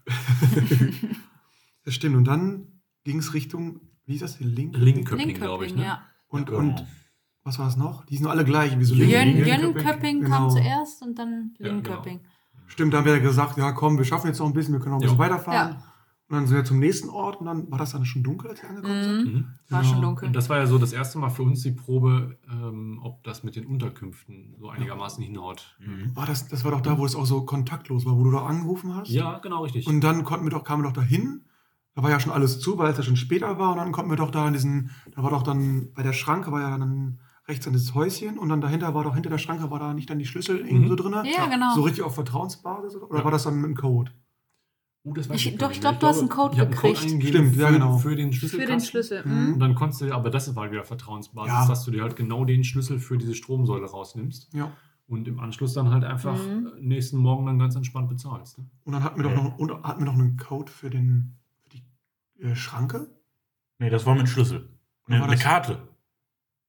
C: Das stimmt. Und dann ging es Richtung, wie hieß das? Link?
A: Linköping, glaube ich. Ne?
B: ja.
C: Und,
D: Genau.
C: und was war das noch? Die sind alle gleich. Wieso
D: Jön-
B: Jön-
D: Linköping.
B: Jönköping
C: Genau.
B: kam zuerst und dann
A: Ja, genau.
B: Linköping.
C: Stimmt, da haben wir ja gesagt, ja komm, wir schaffen jetzt noch ein bisschen, wir können noch ein
A: Ja.
C: bisschen weiterfahren. Und dann sind wir zum nächsten Ort und dann war das dann schon dunkel, als wir angekommen sind.
B: Mhm.
A: Mhm.
B: War
C: Genau.
B: schon dunkel.
A: Und das war ja so das erste Mal für uns die Probe, ähm, ob das mit den Unterkünften so einigermaßen hinhaut.
D: Mhm.
C: War das, das war doch da, wo es auch so kontaktlos war, wo du da angerufen hast.
A: Ja, genau richtig.
C: Und dann konnten wir doch, kamen wir doch dahin. Da war ja schon alles zu, weil es ja schon später war. Und dann konnten wir doch da in diesen, da war doch dann bei der Schranke, war ja dann rechts an dieses Häuschen. Und dann dahinter war doch, hinter der Schranke war da nicht dann die Schlüssel irgendwie
A: Mhm.
C: so drin.
B: Ja, genau.
C: So richtig auf Vertrauensbasis? Oder, oder
A: Ja.
C: war das dann mit dem Code?
A: Uh, das weiß
B: Ich-
A: gar
B: doch,
A: nicht
B: ich
A: mehr.
B: glaub, du hast einen Code
A: ich hab einen Code
B: gekriegt.
A: eingegeben
C: Stimmt,
A: für,
C: ja, genau.
A: für den Schlüssel.
B: Für den Schlüssel.
C: Mhm.
B: Mhm.
A: Und dann konntest du, aber das war wieder Vertrauensbasis,
C: Ja.
A: dass du dir halt genau den Schlüssel für diese Stromsäule rausnimmst
C: Ja.
A: und im Anschluss dann halt einfach
B: Mhm.
A: äh, nächsten Morgen dann ganz entspannt bezahlst. Ne?
C: Und dann hatten wir
D: Ja.
C: doch noch, und hatten wir noch einen Code für, den, für die äh, Schranke.
D: Nee, das war mit Schlüssel.
C: War
D: Nee, eine
C: das-
D: Karte.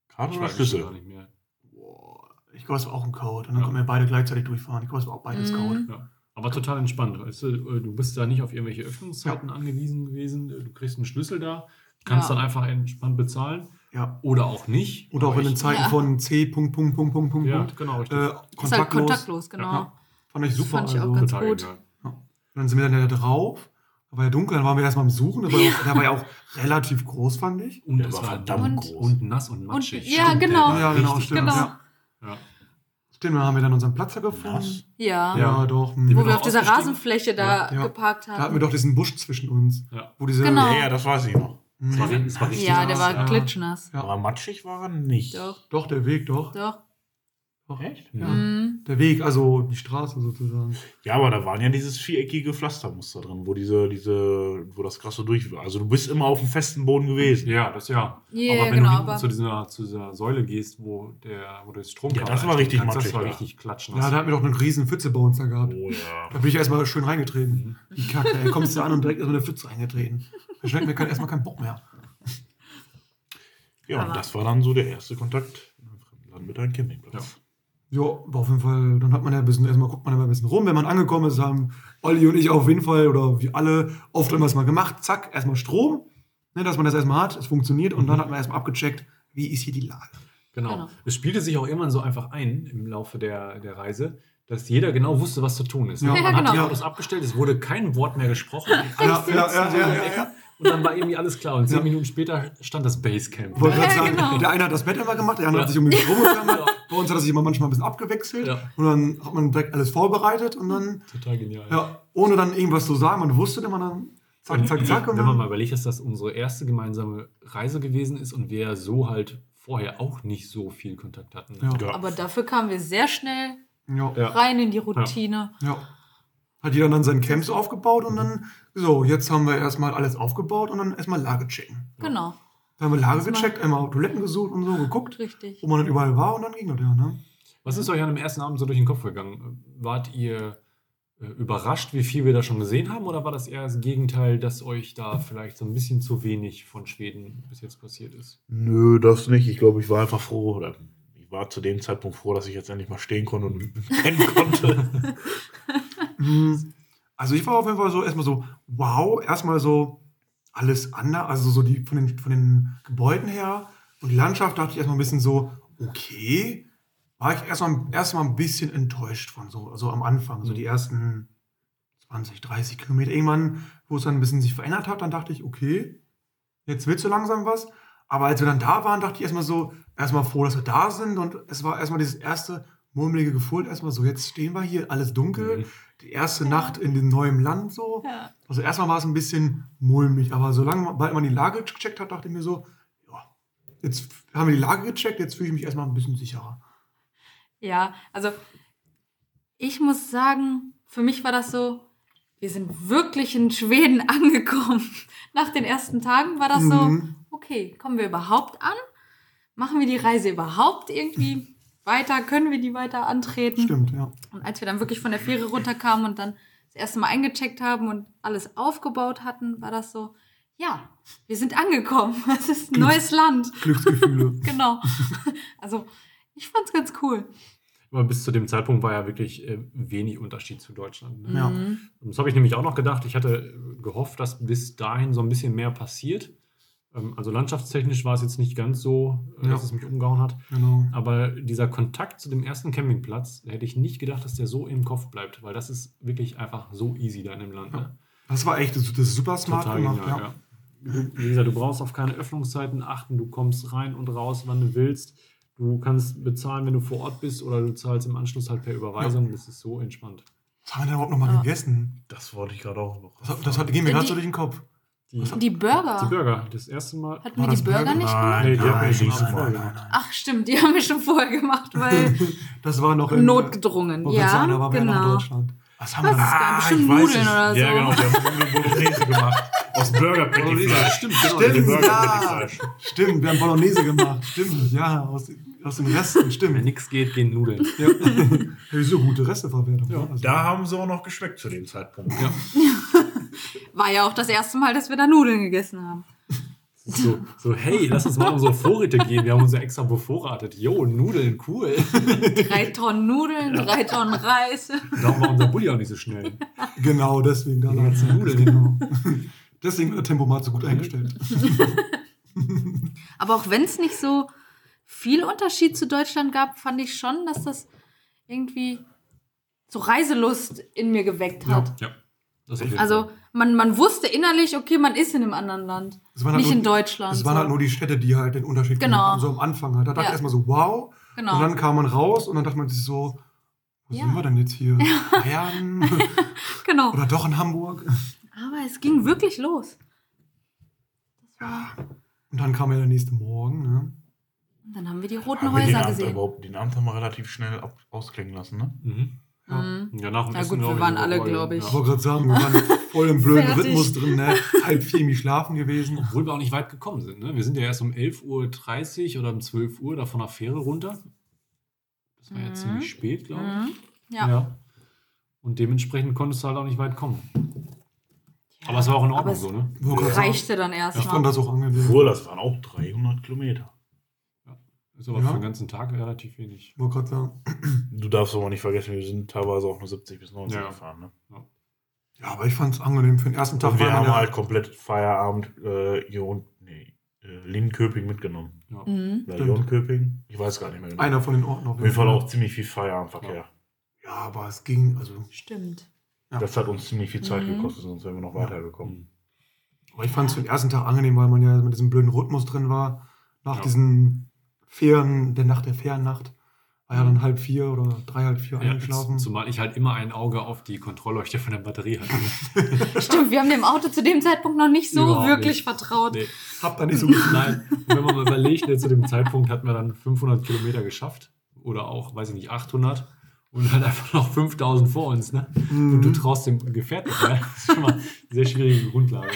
D: Karte oder
A: es gar
D: Schlüssel?
A: nicht mehr.
C: Boah, ich glaube, es war auch ein Code. Und dann
A: Ja.
C: konnten wir beide gleichzeitig durchfahren. Ich glaube, es war auch beides
B: Mhm.
C: Code.
A: Aber total entspannt. Weißt du, Äh, du bist da nicht auf irgendwelche Öffnungszeiten angewiesen gewesen. Du kriegst einen Schlüssel da, kannst
B: Ja.
A: dann einfach entspannt bezahlen
C: Ja.
A: oder auch nicht.
C: Oder auch
A: Aber
C: in den
A: ich-
C: Zeiten
B: Ja.
C: von C. Punkt, Punkt, Punkt, Punkt, Punkt,
A: Ja,
C: Punkt.
A: genau. richtig.
C: Äh,
B: Ist halt
C: kontaktlos.
B: kontaktlos, genau.
A: Ja.
C: Fand ich
B: Das
C: super.
B: fand ich auch
C: also.
B: ganz
A: total
B: gut.
A: egal.
C: Und dann sind wir dann ja da drauf. Da war ja dunkel, dann waren wir erstmal am Suchen. Da war, ja. auch, da war ja auch relativ groß, fand ich.
A: Und
D: Der
A: es
D: war
A: war
D: verdammt
A: verdammt
B: Und-
A: groß.
D: groß.
A: Und nass und matschig.
B: ja,
A: Stimmt, der
B: genau.
A: war
C: Ja, genau,
A: richtig
C: stimmt.
B: Genau.
A: nass.
C: Ja.
A: Ja.
C: Stimmt, dann haben wir dann unseren Platz da gefunden.
D: Was?
B: Ja.
A: Ja.
C: doch.
A: Die
C: Hm.
B: Wo
A: Sind wir
B: wir
A: noch
B: auf dieser
A: ausgestiegen?
B: Rasenfläche da
C: Ja. Ja.
B: geparkt
C: Da hatten
B: haben.
C: wir doch diesen Busch zwischen uns.
A: Ja.
C: Wo diese,
B: Genau.
D: Ja, ja, das weiß ich noch.
A: Es war,
C: Hm.
A: es war richtig
B: ja,
A: nass.
B: der war
A: ja.
B: klitschnass.
C: Ja.
D: Aber matschig war er nicht.
B: Doch,
C: Doch, der Weg, doch.
B: doch.
C: doch.
D: Echt?
A: Ja.
B: Mhm.
C: Der Weg, also die Straße sozusagen.
D: Ja, aber da waren ja dieses viereckige Pflastermuster drin, wo diese, diese, wo das Gras so durch war. Also du bist immer auf dem festen Boden gewesen.
A: Ja, das ja.
B: Ja,
A: aber wenn
B: genau,
A: du hinten
B: aber-
A: zu dieser, zu dieser Säule gehst, wo, der, wo du das Stromkabel
D: Ja, das war
A: einstecken
D: richtig
A: kannst, Das
D: matschig,
A: war
D: ja.
A: richtig klatschen.
C: Ja, da hatten wir doch eine riesen Pfütze bei uns da gehabt.
D: Oh ja.
C: Da bin ich erstmal schön reingetreten. Die Kacke, ey, kommst du an und direkt erstmal in eine Pfütze reingetreten. Da schmeckt mir kein, erstmal keinen Bock mehr.
D: Ja,
B: Aber-
D: und das war dann so der erste Kontakt in einem fremden Land mit einem Campingplatz.
C: Ja, war auf jeden Fall, dann hat man ja ein bisschen, erstmal guckt man immer ein bisschen rum, wenn man angekommen ist, haben Olli und ich auf jeden Fall, oder wir alle, oft immer erstmal gemacht, zack, erstmal Strom, ne, dass man das erstmal hat, es funktioniert und dann hat man erstmal abgecheckt, wie ist hier die Lage.
A: Genau.
B: Genau.
A: Es spielte sich auch irgendwann so einfach ein im Laufe der, der Reise, dass jeder genau wusste, was zu tun ist.
C: Ja.
A: Man
B: Ja,
A: hat
B: genau.
A: die Autos abgestellt, es wurde kein Wort mehr gesprochen.
C: Ja, ja, ja, ja, ja, ja.
A: Und dann war irgendwie alles klar. Und zehn
C: Ja.
A: Minuten später stand das Basecamp.
C: Wollte
B: Ja,
C: gerade sagen,
B: genau.
C: der eine hat das Bett immer gemacht, der andere
A: Ja.
C: hat sich um mich rumgeklammert. Bei uns hat er sich immer manchmal ein bisschen abgewechselt
A: Ja.
C: und dann hat man direkt alles vorbereitet und dann,
A: Total genial.
C: ja, ohne dann irgendwas zu sagen, man wusste immer dann, zack, zack, zack. Und
A: Wenn man mal
C: dann,
A: überlegt, dass das unsere erste gemeinsame Reise gewesen ist und wir so halt vorher auch nicht so viel Kontakt hatten.
C: Ja.
D: Ja.
B: Aber dafür kamen wir sehr schnell
C: ja.
A: Ja.
B: rein in die Routine.
C: Ja. Hat jeder dann seinen Camps aufgebaut und dann, so, jetzt haben wir erstmal alles aufgebaut und dann erstmal Lage checken.
B: Genau,
C: Dann haben wir Lage
B: Erstmal-
C: gecheckt, einmal Toiletten gesucht und so, geguckt,
B: richtig.
C: wo man dann überall war und dann ging das ja, ne?
A: Was ist euch an dem ersten Abend so durch den Kopf gegangen? Wart ihr äh, überrascht, wie viel wir da schon gesehen haben? Oder war das eher das Gegenteil, dass euch da vielleicht so ein bisschen zu wenig von Schweden bis jetzt passiert ist?
D: Nö, das nicht. Ich glaube, ich war einfach froh. Oder ich war zu dem Zeitpunkt froh, dass ich jetzt endlich mal stehen konnte und pennen konnte.
C: Mhm. Also ich war auf jeden Fall so erstmal so, wow, erstmal so alles anders, also so die von den, von den Gebäuden her und die Landschaft dachte ich erstmal ein bisschen so, okay, war ich erstmal erstmal ein bisschen enttäuscht von so, also am Anfang, so
A: Mhm.
C: die ersten 20, 30 Kilometer irgendwann, wo es dann ein bisschen sich verändert hat, dann dachte ich, okay, jetzt wird so langsam was. Aber als wir dann da waren, dachte ich erstmal so, erstmal froh, dass wir da sind und es war erstmal dieses erste murmelige Gefühl erstmal so, jetzt stehen wir hier, alles dunkel.
A: Mhm.
C: Die erste Nacht in dem neuen Land so.
B: Ja.
C: Also erstmal war es ein bisschen mulmig, aber solange man- bald man die Lage gecheckt hat, dachte ich mir so, ja, jetzt f- haben wir die Lage gecheckt, jetzt fühle ich mich erstmal ein bisschen sicherer.
B: Ja, also ich muss sagen, für mich war das so, wir sind wirklich in Schweden angekommen. Nach den ersten Tagen war das
C: Mhm.
B: so, okay, kommen wir überhaupt an? Machen wir die Reise überhaupt irgendwie weiter? Können wir die weiter antreten?
C: Stimmt, ja.
B: Und als wir dann wirklich von der Fähre runterkamen und dann das erste Mal eingecheckt haben und alles aufgebaut hatten, war das so, ja, wir sind angekommen. Es ist ein neues Land.
C: Glücksgefühle.
B: Genau. Also ich fand's ganz cool.
A: Aber bis zu dem Zeitpunkt war ja wirklich äh, wenig Unterschied zu Deutschland. Ne?
C: Ja.
B: Mhm.
A: Und Das habe ich nämlich auch noch gedacht. Ich hatte äh, gehofft, dass bis dahin so ein bisschen mehr passiert. Ähm, Also landschaftstechnisch war es jetzt nicht ganz so, äh,
C: Ja.
A: dass es mich umgehauen hat.
C: genau.
A: Aber dieser Kontakt zu dem ersten Campingplatz, da hätte ich nicht gedacht, dass der so im Kopf bleibt, weil das ist wirklich einfach so easy da in dem Land. Ne?
C: Das war echt das ist super smart
A: Total
C: gemacht.
A: genial,
C: ja.
A: ja. Du- Wie gesagt, du brauchst auf keine Öffnungszeiten achten, du kommst rein und raus, wann du willst. Du kannst bezahlen, wenn du vor Ort bist, oder du zahlst im Anschluss halt per Überweisung. Das ist so entspannt.
C: Was haben wir denn überhaupt nochmal
B: Ja. Äh,
C: gegessen?
D: Das wollte ich gerade auch noch.
C: Das, hat- das hat, ging mir
B: Die-
C: gerade so durch den Kopf.
A: Die,
B: Die Burger.
A: die Burger, das erste Mal.
B: Hatten
C: War
B: wir die
C: das
B: Burger,
C: Burger?
B: nicht gemacht?
D: Nein,
A: Nee,
D: die
A: die
D: haben
A: haben wir
D: schon
A: nicht
D: mal
A: gemacht.
D: vorher gemacht.
B: Ach stimmt, die haben wir schon vorher gemacht, weil
C: Das war noch in äh,
B: notgedrungen.
C: wollte gerade
B: Ja,
C: sagen, da waren wir ja noch in
B: genau.
C: Deutschland. Was haben wir
B: Was?
C: da?
B: Ah, bestimmt
D: ich weiß
B: Nudeln
D: es.
B: oder
D: Ja,
B: so.
D: genau, wir haben Nudeln Bolognese gemacht. Aus Burger Patty Fleisch.
A: Genau, stimmt,
C: Stimmt.
A: Die
D: Burger
A: Burger.
D: Patty
C: Ja.
D: Fleisch.
C: Stimmt, wir haben Bolognese gemacht. Stimmt, ja, aus, aus den Resten,
A: Wenn
C: stimmt.
A: nichts geht, gehen Nudeln.
C: Ja. Ja, so gute Resteverwertung. ne? Also-
D: Da haben sie auch noch geschmeckt zu dem Zeitpunkt.
B: War ja auch das erste Mal, dass wir da Nudeln gegessen haben.
A: So, so, hey, lass uns mal um unsere Vorräte gehen. Wir haben uns ja extra bevorratet. Jo, Nudeln, cool.
B: Drei Tonnen Nudeln, drei Tonnen Reis.
A: Darum war unser Bulli auch nicht so schnell.
C: Genau, deswegen. Da lag's ja, genau. Deswegen war der Tempomat so gut eingestellt.
B: Aber auch wenn es nicht so viel Unterschied zu Deutschland gab, fand ich schon, dass das irgendwie so Reiselust in mir geweckt hat.
A: Ja. Das auf jeden
B: Also
A: Fall.
B: man, man wusste innerlich, okay, man ist in einem anderen Land.
C: Es waren halt
B: nicht
C: nur,
B: in Deutschland.
C: Es waren
B: so.
C: halt nur die Städte, die halt den Unterschied
B: Genau.
C: gemacht haben. So am Anfang halt. Da dachte
B: Ja.
C: ich erstmal so, wow.
B: genau.
C: Und dann kam man raus und dann dachte man sich so, wo
B: Ja.
C: sind wir denn jetzt hier? Bayern?
B: genau.
C: Oder doch in Hamburg?
B: Aber es ging wirklich los. Das war,
C: Und dann kam ja der nächste Morgen. Ne?
B: und dann haben wir die roten
D: Haben wir den
B: Häuser
D: Abend
C: halt
B: gesehen.
D: überhaupt, den Abend haben wir relativ schnell ab, ausklingen lassen, ne?
A: Mhm.
C: Ja.
B: Mhm.
A: Ja, nach dem
B: Na
A: Essen,
B: gut, wir
A: glaub ich,
B: waren
A: sind
B: alle,
A: voll-
B: glaub ich.
C: Ich wollte gerade sagen, wir waren voll im blöden
B: Fertig.
C: Rhythmus drin. Ne? Halb vier irgendwie schlafen gewesen.
A: Obwohl wir auch nicht weit gekommen sind. Ne? Wir sind ja erst um 11.30 Uhr oder um 12 Uhr da von der Fähre runter. Das war ja
B: Mhm.
A: ziemlich spät, glaube ich.
B: Mhm. Ja.
A: Und dementsprechend konntest du halt auch nicht weit kommen. Aber es war auch in
B: Aber
A: Ordnung
B: es
A: so, ne?
C: Wollte grad sagen,
B: reichte dann
C: Ich fand
B: erstmal.
C: das auch angenehm.
D: Obwohl, das waren auch 300 Kilometer.
A: Ist aber
C: Ja.
A: für den ganzen Tag relativ wenig.
C: Wollte gerade sagen.
D: Du darfst aber nicht vergessen, wir sind teilweise auch nur 70 bis 90
A: Ja.
D: gefahren, ne?
C: Ja, aber ich fand es angenehm für den ersten Tag.
D: Und wir
C: weil man
D: haben
C: ja-
D: halt komplett Feierabend äh, hier und nee, äh, Linköping mitgenommen.
A: Ja.
B: Mhm.
D: Oder
C: Stimmt.
D: Jonköping? Ich weiß gar nicht mehr genau.
C: einer von den Orten auf
D: Auf jeden Fall
C: Fall.
D: auch ziemlich viel Feierabendverkehr.
C: Ja, aber es ging, also
B: Stimmt.
C: Ja.
D: Das hat uns ziemlich viel Zeit
B: Mhm.
D: gekostet, sonst wären wir noch weitergekommen.
A: Hm.
C: Aber ich fand es für den ersten Tag angenehm, weil man ja mit diesem blöden Rhythmus drin war. Nach
A: Ja.
C: diesen Fähren, der Nacht der Fährennacht, war ja dann halb vier oder drei, halb vier
A: Mhm. Ja,
C: eingeschlafen.
A: z- zumal ich halt immer ein Auge auf die Kontrollleuchte von der Batterie hatte.
B: Stimmt, wir haben dem Auto zu dem Zeitpunkt noch nicht so
A: Überhaupt
B: wirklich
A: nicht.
B: vertraut.
A: Nee.
C: Hab da nicht so gut.
A: Nein, Und wenn man mal überlegt, ne, zu dem Zeitpunkt hatten wir dann 500 Kilometer geschafft oder auch, weiß ich nicht, 800 und halt einfach noch 5000 vor uns. Ne? Und
C: Mhm.
A: du traust dem Gefährt nicht mehr. Das ist schon mal eine sehr schwierige Grundlage.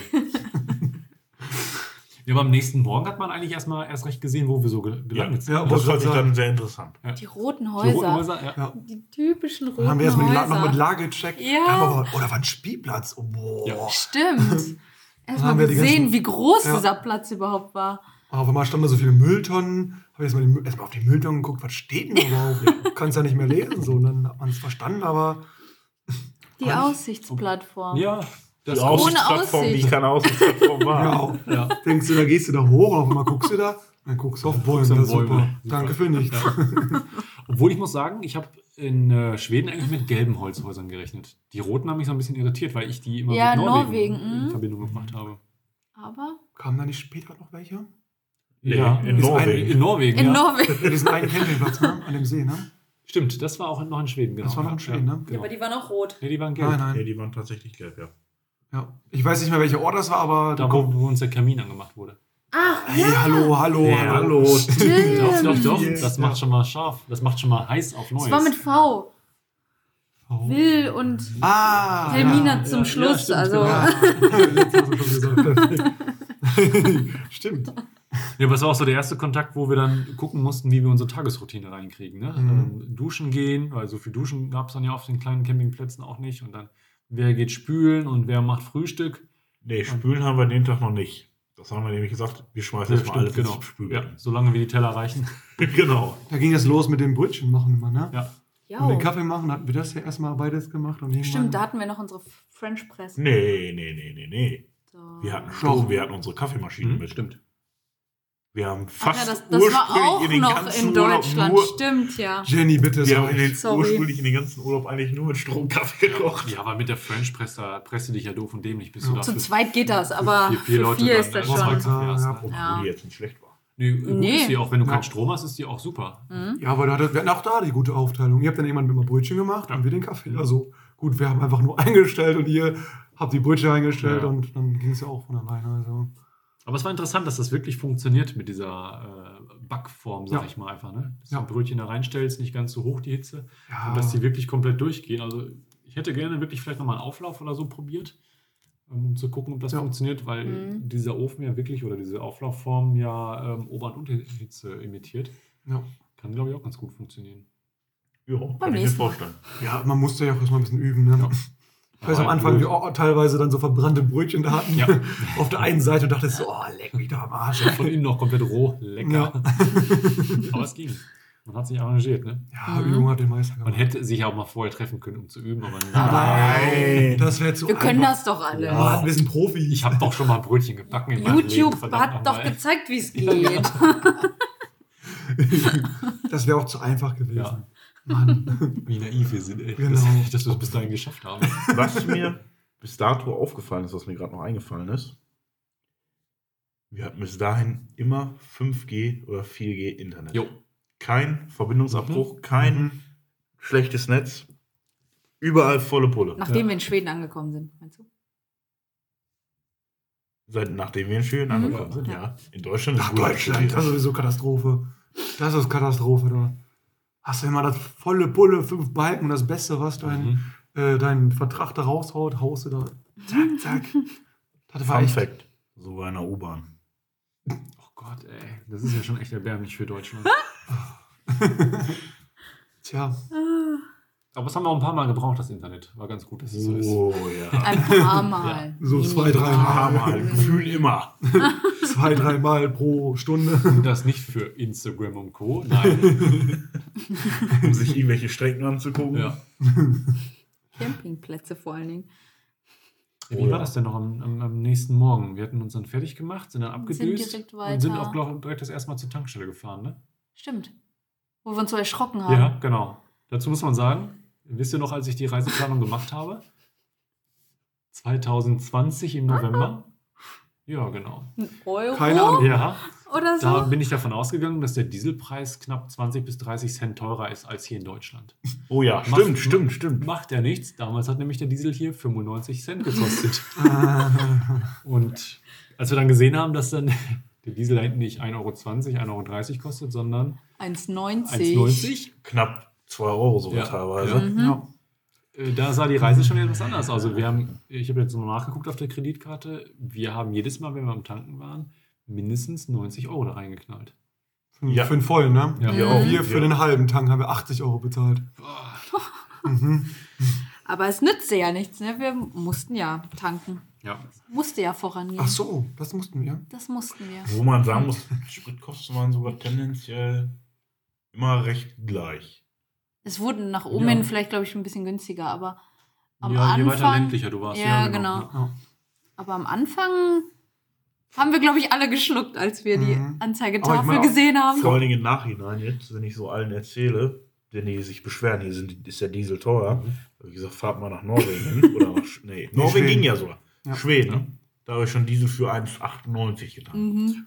A: Ja, aber am nächsten Morgen hat man eigentlich erstmal erst recht gesehen, wo wir so ge- gelandet sind.
C: Ja,
D: das
C: wollte grad
D: fand ich dann
C: sagen.
D: sehr interessant.
B: Die roten
A: Die
B: Häuser.
A: roten Häuser, ja.
C: Ja.
B: Die typischen roten
C: Dann haben wir erstmal die La- noch mit
B: Häuser.
C: Lage gecheckt.
B: Ja.
C: Da haben wir aber- Oder war ein Spielplatz? Oh, boah.
A: Ja.
B: Stimmt. Erstmal
C: haben wir die
B: gesehen,
C: ganzen-
B: wie groß
C: Ja.
B: dieser Platz überhaupt war.
C: Auf einmal standen da so viele Mülltonnen. Habe ich erstmal die Müll- erstmal auf die Mülltonnen geguckt, was steht denn da drauf? Du kannst ja nicht mehr lesen, so. Und dann hat man es verstanden, aber
B: Die Aussichtsplattform.
A: Ja, das
D: Die
A: auch.
D: Aussichtsplattform, die ich keine Aussichtsplattform war.
C: genau.
A: Ja.
C: Denkst du, da gehst du da hoch, auf einmal guckst du da, dann guckst du auf Bäume.
A: Guckst an
C: Ja, super.
A: Bäume.
C: Danke für nichts.
A: Obwohl ich muss sagen, ich habe in äh, Schweden eigentlich mit gelben Holzhäusern gerechnet. Die roten haben mich so ein bisschen irritiert, weil ich die immer
B: Ja,
A: mit Norwegen,
B: Norwegen, mhm.
A: in Verbindung gebracht habe.
B: Aber
C: Kamen da nicht später noch welche?
D: Nee, in
A: ist
D: Norwegen.
A: Ein, in Norwegen.
B: in
A: ja.
B: Norwegen.
C: Ja, diesen einen Campingplatz ne? an dem See, ne?
A: Stimmt, das war auch noch in Schweden, genau.
C: Das war noch in Schweden,
A: ja.
C: ne?
A: Genau.
B: aber die waren auch rot.
A: Nee, die waren gelb.
C: Nein,
D: Nee,
C: nein.
D: die waren tatsächlich gelb, ja.
C: Ja. Ich weiß nicht mehr, welcher Ort das war, aber.
A: Da, wo, wo uns der Kamin angemacht wurde.
B: Ach,
C: Hey, hallo, hallo,
A: Ja.
C: hallo.
A: Doch, doch, doch.
D: Yes.
A: Das macht schon mal scharf. Das macht schon mal heiß auf Neues.
B: es war mit V.
C: Oh.
B: Will und
C: Ah!
B: Termine
A: ja,
B: zum
A: ja,
B: Schluss.
A: stimmt,
B: also,
A: genau.
C: Ja. Stimmt.
A: Ja, aber es war auch so der erste Kontakt, wo wir dann gucken mussten, wie wir unsere Tagesroutine reinkriegen. Ne?
C: Mhm.
A: Ähm, duschen gehen, weil so viel Duschen gab es dann ja auf den kleinen Campingplätzen auch nicht. Und dann, wer geht spülen und wer macht Frühstück.
D: Nee, spülen haben wir den Tag noch nicht. Das haben wir nämlich gesagt, wir schmeißen
A: Ja,
D: jetzt mal alles
A: genau.
D: ins Spülen.
A: Ja, solange wir die Teller reichen.
D: genau.
C: Da ging das los mit dem Brötchen machen immer, ne?
A: Ja.
B: ja.
C: Und den Kaffee machen, hatten wir das ja erstmal beides gemacht. Und
B: Stimmt, da
C: irgendwann-
B: hatten wir noch unsere French Press.
D: Nee, nee, nee, nee, nee.
B: So.
D: Wir hatten Strom, wir hatten unsere Kaffeemaschine
A: Mhm,
D: mit.
A: stimmt.
D: Wir haben
B: Ach
D: fast
B: ja, das, das war
D: ursprünglich
B: auch
D: in den
B: noch
D: ganzen
B: in
D: Urlaub
B: Deutschland.
D: Nur,
B: Stimmt, ja.
C: Jenny, bitte.
D: wir haben in den,
C: sag-
B: Sorry.
D: ursprünglich in den ganzen Urlaub eigentlich nur mit Stromkaffee gekocht.
A: Ja, aber mit der French Press, da presst du dich ja doof und dämlich, bis du
C: Ja.
A: dafür.
B: Zu zweit geht das, aber
A: vier- vier
B: für
A: Leute
B: vier
A: dann,
B: ist
A: ne? Das
B: das schon.
A: war- Kaffee hast,
C: Ja,
A: ne?
B: Ja.
D: Obwohl die jetzt nicht schlecht war.
A: Nee, gut
B: Nee.
A: ist die auch, wenn du
C: Ja.
A: keinen Strom hast, ist die auch super.
B: Mhm.
C: Ja, aber da hatte- wir hatten auch da die gute Aufteilung. Ihr habt dann irgendwann immer Brötchen gemacht und wir den Kaffee. Also gut, wir haben einfach nur eingestellt und ihr habt die Brötchen eingestellt
A: Ja.
C: und dann ging es ja auch von alleine. Also.
A: Aber es war interessant, dass das wirklich funktioniert mit dieser äh, Backform, sag
C: Ja.
A: ich mal einfach. Ne? Dass
C: Ja. Ah.
A: du ein Brötchen da reinstellst, nicht ganz so hoch die Hitze.
C: Ja,
A: Und dass die wirklich komplett durchgehen. Also ich hätte gerne wirklich vielleicht nochmal einen Auflauf oder so probiert, um zu gucken, ob das
C: Ja.
A: funktioniert, weil
B: Mhm.
A: dieser Ofen ja wirklich oder diese Auflaufform ja ähm, Ober- und Unterhitze imitiert.
C: ja.
A: Kann, glaube ich, auch ganz gut funktionieren.
D: Ja, kann ich mir
B: nächsten Mal.
D: vorstellen.
C: ja, man musste ja auch erstmal ein bisschen üben. Ne? Ich weiß am
A: Aber
C: Anfang,
A: blöd.
C: wir auch teilweise dann so verbrannte Brötchen da hatten.
A: Ja.
C: Auf der einen Seite und dachte ich so, oh, leck mich da am Arsch.
A: Von innen noch komplett roh, lecker. Aber es ging. Man hat sich arrangiert, ne?
C: Ja,
B: Mhm.
C: Übung hat den Meister
A: Man
C: gemacht.
A: hätte sich ja auch mal vorher treffen können, um zu üben, aber
C: Nein, das wäre zu
B: Wir können
C: einfach.
B: das doch alle.
A: Ja.
C: Mann, wir sind Profi.
A: Ich habe doch schon mal Brötchen gebacken in meinem Leben,
B: YouTube
A: verdammt
B: hat doch
A: nochmal.
B: gezeigt, wie es geht.
C: Das wäre auch zu einfach gewesen.
A: Ja.
C: Mann.
A: Wie naiv wir sind, ey.
C: Genau.
A: Dass, dass wir es bis dahin geschafft haben.
D: Was mir bis dato aufgefallen ist, was mir gerade noch eingefallen ist, wir hatten bis dahin immer 5G oder 4G Internet.
A: Jo.
D: Kein Verbindungsabbruch, kein schlechtes Netz. Überall volle Pulle.
B: Nachdem wir in Schweden angekommen sind, meinst du?
D: Seit, nachdem wir in Schweden
B: Mhm.
D: angekommen sind, ja. In Deutschland
C: Ach,
D: gut
C: Deutschland,
A: Also,
D: gewesen.
C: das ist sowieso Katastrophe. Das ist Katastrophe, da. Hast du immer das volle Bulle, fünf Balken und das Beste, was dein,
A: Mhm.
C: äh, dein Vertrag da raushaut, haust du da. Zack, zack. Das war
D: Fun
C: echt.
D: Fact. So war in der U-Bahn.
A: Oh Gott, ey. Das ist ja schon echt erbärmlich für Deutschland.
C: Tja,
A: Aber das haben wir auch ein paar Mal gebraucht, das Internet. War ganz gut, dass es so ist.
D: Oh ja.
B: Ein paar Mal.
C: so zwei, drei
D: Paar
C: Mal.
D: Mal, Gefühl immer.
C: Zwei, drei Mal pro Stunde.
A: Und das nicht für Instagram und Co. Nein.
D: Um sich irgendwelche Strecken anzugucken.
A: ja.
B: Campingplätze vor allen Dingen.
A: Wie war das denn noch am, am, am nächsten Morgen? Wir hatten uns dann fertig gemacht, sind dann abgedüst
B: direkt
A: und sind
B: weiter.
A: auch glaub, ich, direkt das erste Mal zur Tankstelle gefahren, ne?
B: Stimmt. Wo wir uns so erschrocken haben.
A: Ja, genau. Dazu muss man sagen, wisst ihr noch, als ich die Reiseplanung gemacht habe? 2020 im November? Ja, genau.
B: Ein Euro
C: Keine Ahnung.
A: Ja,
B: oder
A: da
B: so.
A: bin ich davon ausgegangen, dass der Dieselpreis knapp 20 bis 30 Cent teurer ist als hier in Deutschland.
D: Oh ja,
A: Macht-
D: stimmt, stimmt, stimmt.
A: Macht ja nichts. Damals hat nämlich der Diesel hier 95 Cent gekostet.
C: Ah,
A: Und als wir dann gesehen haben, dass dann der Diesel da hinten nicht 1,20 Euro, 1,30 Euro kostet, sondern
B: 1,90.
A: 1,90
D: Knapp 2 Euro
A: Ja.
D: sogar teilweise.
A: Ja.
C: ja.
A: Äh, Da sah die Reise schon etwas anders. Also wir haben, ich habe jetzt noch nachgeguckt auf der Kreditkarte, wir haben jedes Mal, wenn wir am Tanken waren, mindestens 90 Euro da reingeknallt.
C: Für,
D: Ja.
C: für den vollen, ne?
A: Ja.
B: Wir
C: Und Wir
D: auch.
C: für
D: Ja.
C: den halben Tank haben wir 80 Euro bezahlt. Mhm.
B: Aber es nützte ja nichts, ne? Wir mussten ja tanken.
A: Ja.
B: Musste ja vorangehen.
C: Ach so, das mussten wir.
B: Das mussten wir.
D: Wo man sagen muss, Spritkosten waren sogar tendenziell immer recht gleich.
B: Es wurden nach oben
A: Ja.
B: hin vielleicht, glaube ich, ein bisschen günstiger, aber am
A: ja, je weiter
B: Anfang.
A: ländlicher du warst.
B: ja, genau.
C: Ja.
B: Aber am Anfang haben wir, glaube ich, alle geschluckt, als wir die
C: Mhm. Aber ich
B: Anzeigetafel
C: meine auch-
B: gesehen haben.
D: Vor allen Dingen im Nachhinein jetzt, wenn ich so allen erzähle, wenn die sich beschweren, hier sind, ist der Diesel
B: genau.
D: teuer. Hab ich gesagt, fahrt mal nach Norwegen. hin. Oder nach, Sch- nee, Norwegen
C: Schweden.
D: ging ja sogar.
C: Ja.
D: Schweden. ne? Da habe ich schon diese für 1,98 getan.